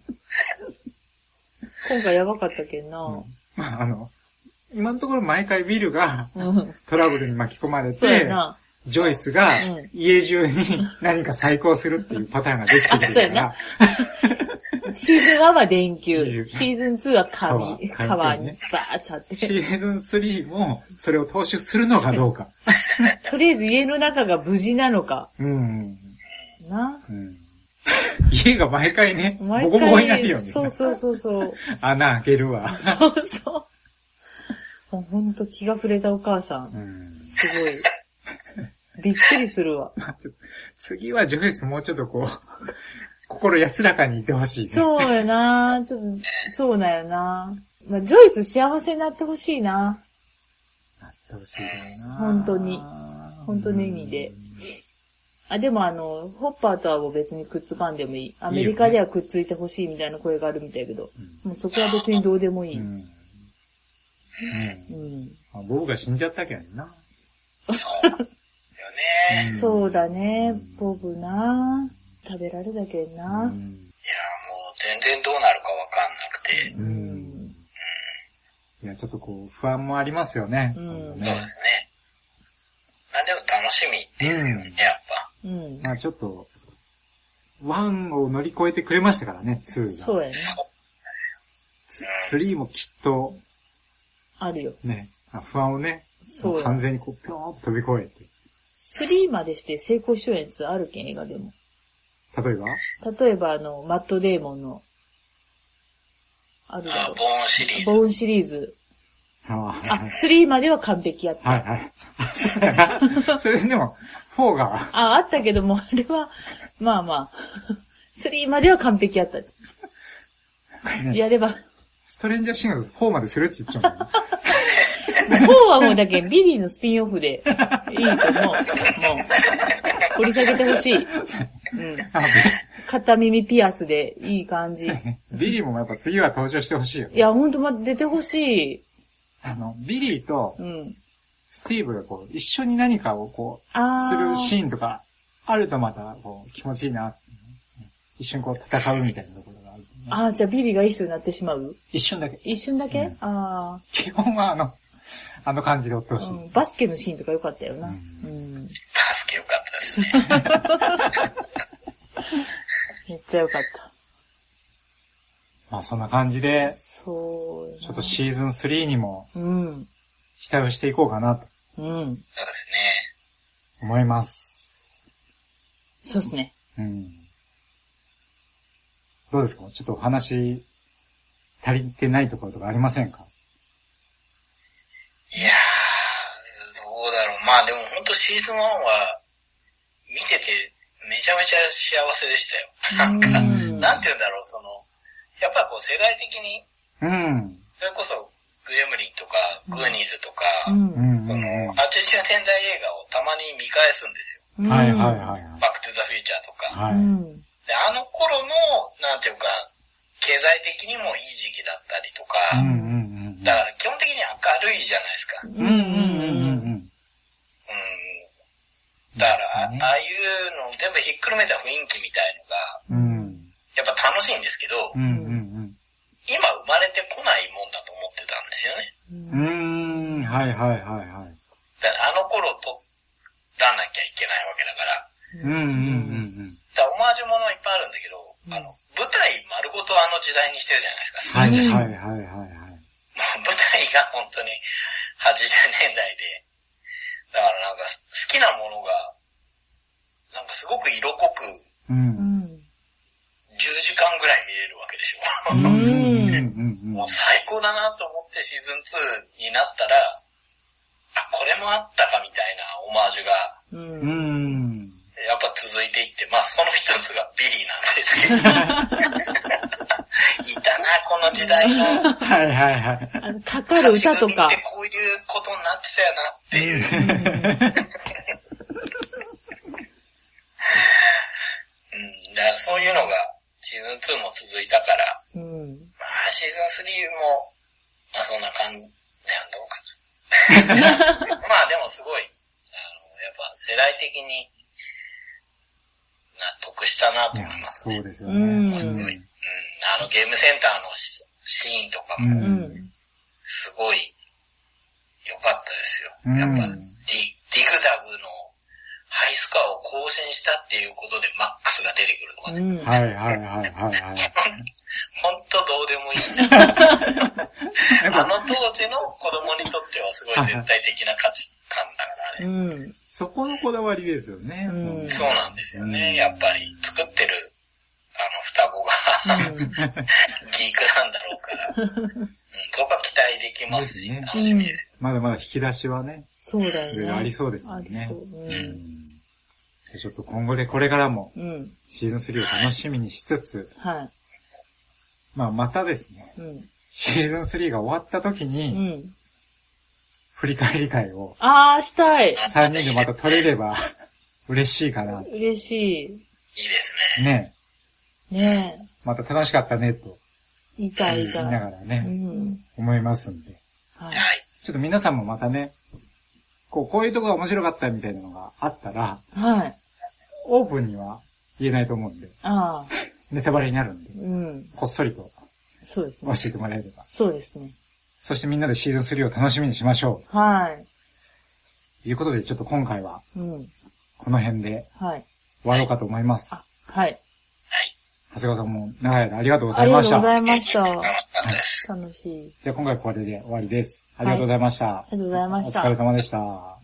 Speaker 2: 今回やばかったけんな。
Speaker 1: まあ、あの、今のところ毎回ウィルが
Speaker 2: うん。
Speaker 1: トラブルに巻き込まれ
Speaker 2: そうや
Speaker 1: て、
Speaker 2: な。
Speaker 1: ジョイスが
Speaker 2: うん
Speaker 1: 家中に何か再興するっていうパターンができてく
Speaker 2: そう
Speaker 1: る
Speaker 2: や
Speaker 1: から
Speaker 2: な、シーズン1は電
Speaker 1: い
Speaker 2: 球。
Speaker 1: う
Speaker 2: シーズン2は紙。
Speaker 1: 川
Speaker 2: 川
Speaker 1: 紙
Speaker 2: に
Speaker 1: ね
Speaker 2: バーッちゃっ
Speaker 1: シ
Speaker 2: て。
Speaker 1: ーズン3もそれを踏襲するのかどうか。
Speaker 2: とりあえず家の中が無事なのか。
Speaker 1: うん。
Speaker 2: な。
Speaker 1: うん、家が毎回ね、ボコボコになるよね。
Speaker 2: そうそうそう そう。
Speaker 1: 穴開けるわ。
Speaker 2: そうそう。もうほんと気が触れたお母さ。
Speaker 1: うんん
Speaker 2: すごい。びっくりするわ。
Speaker 1: 次はジョイスもうちょっとこう、心安らかにいてほしいね。
Speaker 2: そうやなちょっと、そうなんやなまあ、ジョイス幸せになってほしいな
Speaker 1: 楽しいな
Speaker 2: 本当に。本当の意味で。あ、でもあの、ホッパーとはもう別にくっつかんでもいい。アメリカではくっついてほしいみたいな声があるみたいやけど。もうそこは別にどうでもいい。
Speaker 1: う
Speaker 2: うん。
Speaker 1: ん。あボブが死んじゃったけんな。
Speaker 6: よね。
Speaker 1: うん
Speaker 2: そうだね、ボブな食べられたけん
Speaker 1: う
Speaker 2: な。
Speaker 1: ん
Speaker 6: いや、もう全然どうなるかわかんなくて。
Speaker 1: う。
Speaker 2: うんん。
Speaker 1: いや、ちょっとこう、不安もありますよね。
Speaker 2: うん
Speaker 6: そうですね。まあでも楽しみですよね、
Speaker 1: うん
Speaker 6: や
Speaker 2: うん。
Speaker 6: っぱ。
Speaker 1: まあちょっと、ワンを乗り越えてくれましたからね、ツー
Speaker 2: そ
Speaker 1: が。
Speaker 2: うやね。
Speaker 1: ツスリーもきっと、
Speaker 2: あるよ。
Speaker 1: ね、あ不安をね、
Speaker 2: そう
Speaker 1: 完
Speaker 2: や。
Speaker 1: 全にこう、ぴょーんと飛び越え
Speaker 2: 3までして成功主演つあるけん、映画でも。
Speaker 1: て。例えば
Speaker 2: 例えばあの、マット・デーモンの、あるだ
Speaker 6: あ
Speaker 2: ろ
Speaker 6: ボーンシリー
Speaker 2: う。
Speaker 6: ズ。
Speaker 2: ボーンシリーズ。あ、
Speaker 1: あ
Speaker 2: 3までは完璧やった。
Speaker 1: はいはい。そうやな それでも、4が、
Speaker 2: あ、あったけども、あれは、まあまあ、3までは完璧やった。やれば、
Speaker 1: ストレンジャーシングス4までするって言っちゃうんだよね
Speaker 2: 4はもうだけビリーのスピンオフでいい と思う。もう、掘り下げてほしい。うん。
Speaker 1: あ
Speaker 2: 片耳ピアスでいい感じ。い
Speaker 1: ビリーもやっぱ次は登場してほしいよね。
Speaker 2: や、ほんと、ま、出てほしい。
Speaker 1: あの、ビリーと
Speaker 2: うん。
Speaker 1: スティーブがこう、一緒に何かをこう、
Speaker 2: あ
Speaker 1: するシ
Speaker 2: ー。
Speaker 1: ーンとか、あるとまた、こう、気持ちいいなっていうね。一瞬こう、戦うみたいなところがある、ね。
Speaker 2: ああ、じゃあビリーが一緒になってしまう
Speaker 1: 一瞬だけ。
Speaker 2: 一瞬だけ、
Speaker 1: うん
Speaker 2: あ
Speaker 1: 基本はあの、あの感じで追ってほ
Speaker 2: あ、
Speaker 1: しい。
Speaker 2: うん。バスケのシーンとか良かったよな。
Speaker 1: う
Speaker 2: うん。
Speaker 6: 助けよかったですね。
Speaker 2: めっちゃ良かった。
Speaker 1: まあそんな感じで、
Speaker 2: そうやな。
Speaker 1: ちょっとシーズン3にも
Speaker 2: うん。
Speaker 1: 期待をしていこうかなと
Speaker 2: うん。
Speaker 6: そうですね。
Speaker 1: 思います。
Speaker 2: そうですね。
Speaker 1: うん。どうですかちょっとお話、足りてないところとかありませんか
Speaker 6: いやー、どうだろう。まあでも本当シーズン1は、見ててめちゃめちゃ幸せでしたよ。なんか、
Speaker 2: うん
Speaker 6: なんて言うんだろう、その、やっぱこう世代的に、
Speaker 1: うん。
Speaker 6: それこそグレムリンとか、グーニーズとか、
Speaker 1: う、
Speaker 2: うん
Speaker 6: そ
Speaker 1: うん
Speaker 6: の、80
Speaker 1: う
Speaker 6: 年代映画をたまに見返すんですよ。
Speaker 2: ん。
Speaker 1: ん。はいはいはい
Speaker 6: バックトゥザフューチャーとか。
Speaker 1: はい。
Speaker 2: う
Speaker 1: はい。
Speaker 2: ん。
Speaker 6: で、あの頃の、なんていうか、経済的にもいい時期だったりと
Speaker 1: う
Speaker 6: か、
Speaker 1: んうんうん。
Speaker 6: だから基本的に明るいじゃ
Speaker 1: うんうんうんうん
Speaker 6: ないですか。うん。だか
Speaker 1: です
Speaker 6: ら、あ
Speaker 1: ね
Speaker 6: ああいうのを全部ひっくるめた雰囲気みたいの
Speaker 1: うん。
Speaker 6: が、
Speaker 1: うん。
Speaker 6: やっぱ楽しいんですけど、
Speaker 1: うんうん
Speaker 6: 今生まれてこないもんだと思ってたんですよね。
Speaker 1: うん。うーん。はいはいはいはい。
Speaker 6: だからあの頃撮らなきゃいけないわけだか
Speaker 1: う
Speaker 6: ら、
Speaker 1: んうんうん
Speaker 6: だからオマージュものいっぱいあるんだけど、あの、舞台丸ごとあの時代にしてるじゃないです
Speaker 1: うん。はいは
Speaker 6: か。
Speaker 1: いはいはいはい。
Speaker 6: もう舞台が本当に80年代で、だからなんか好きなものが、なんかすごく色濃く
Speaker 1: う。
Speaker 2: うんん。
Speaker 6: 10時間ぐらい見れるわけでしょ。
Speaker 1: うんうんうんうん
Speaker 6: もう最高だなと思ってシーズン2になったら、あ、これもあったかみたいなオマージュが、
Speaker 2: う。
Speaker 1: うんん。
Speaker 6: やっぱ続いていって、まあその一つがビリーなんですけど。いたな、この時代の。
Speaker 1: はいはいはい。
Speaker 2: あの、かかる歌とか
Speaker 6: 勝ち組って。こういうことになってたよなっていう。うん、だからそういうのがシーズン2も続いたから、
Speaker 2: うん。
Speaker 6: まあ、シーズン3も、まあ、そんな感じ、どうかな。まあ、でもすごい、あの、やっぱ世代的に納得したなと
Speaker 1: い
Speaker 6: 思
Speaker 1: や
Speaker 6: い、ますね。
Speaker 1: そうですよ
Speaker 2: うん
Speaker 1: ね。
Speaker 6: すごい。うん、あの、ゲームセンターのシシーンとか
Speaker 1: う
Speaker 6: も、
Speaker 2: うん。
Speaker 6: すごい、良かったですよ。
Speaker 1: うん
Speaker 6: やっぱ、ディディグダグのハイスコアを更新したっていうことでマックスが出てくるとか
Speaker 2: う
Speaker 6: ね。
Speaker 2: ん。
Speaker 1: はいはいはいはいはい。
Speaker 6: ほんとどうでもいいんだ
Speaker 1: やっ
Speaker 6: あ
Speaker 1: ぱ、
Speaker 6: の当時の子供にとってはすごい絶対的な価値観だから
Speaker 2: う
Speaker 6: ね。
Speaker 2: ん。
Speaker 1: そこのこだわりですよね。
Speaker 2: うん
Speaker 6: そうなんですよね。やっぱり作ってる、あの、双子が ギークなんだろうから。うん、そこは期待できますし、
Speaker 1: ですね
Speaker 6: 楽しみですよ。
Speaker 1: まだまだ引き出しはね、
Speaker 2: そうだ
Speaker 1: いろいろ
Speaker 2: よ
Speaker 1: あり
Speaker 2: ね。
Speaker 1: そうですも
Speaker 2: あ
Speaker 1: ん
Speaker 2: り
Speaker 1: ね
Speaker 2: そ。う。
Speaker 1: うん
Speaker 2: うん。
Speaker 1: じゃあちょっと今後でこれからも
Speaker 2: うん。
Speaker 1: シーズン3を楽しみにしつつ、
Speaker 2: は
Speaker 1: まあまたですね、
Speaker 2: い。うん。
Speaker 1: シーズン3が終わった時
Speaker 2: う
Speaker 1: に、
Speaker 2: ん。
Speaker 1: 振り返り会を
Speaker 2: ああ、したい。
Speaker 1: 3人でまた撮れれば嬉しいかな。
Speaker 2: 嬉し
Speaker 6: いいですね。
Speaker 1: ね。
Speaker 2: い。ね
Speaker 1: また楽しかったねと
Speaker 2: え。言いたい、
Speaker 1: 言
Speaker 2: 言い
Speaker 1: い
Speaker 2: た。
Speaker 1: ないがら
Speaker 2: う
Speaker 1: ね、
Speaker 2: ん。
Speaker 1: 思いますんで。
Speaker 2: はい
Speaker 6: は。い。
Speaker 1: ちょっと皆さんもまたね、こう、こういうとこが面白かったみたいなのがあったら、
Speaker 2: はい。
Speaker 1: オープンには言えないと思うんで、
Speaker 2: ああ。
Speaker 1: ネタバレになるんで、
Speaker 2: うん。
Speaker 1: こっそりと
Speaker 2: そうです
Speaker 1: 教
Speaker 2: ね。
Speaker 1: えてもらえれば。
Speaker 2: そうですね。
Speaker 1: そしてみんなでシーズン3を楽しみにしましょ
Speaker 2: は。
Speaker 1: う。ということで、ちょっと今回はい
Speaker 2: うん。
Speaker 1: この辺で
Speaker 2: はい。
Speaker 1: 終わろうかと思います。
Speaker 2: あ、はい。
Speaker 1: 長谷川さんも長い間ありがとうご
Speaker 2: あ
Speaker 1: ざい
Speaker 2: り
Speaker 1: ま
Speaker 2: が
Speaker 1: し
Speaker 2: とうご
Speaker 1: た。じゃ
Speaker 2: ざいました。
Speaker 6: 楽しかったです。
Speaker 2: 楽しい。
Speaker 1: あ今回これで終わりです。ありがとうございました。
Speaker 2: ありがとうございまし
Speaker 1: お
Speaker 2: た
Speaker 1: 疲れ。様でした。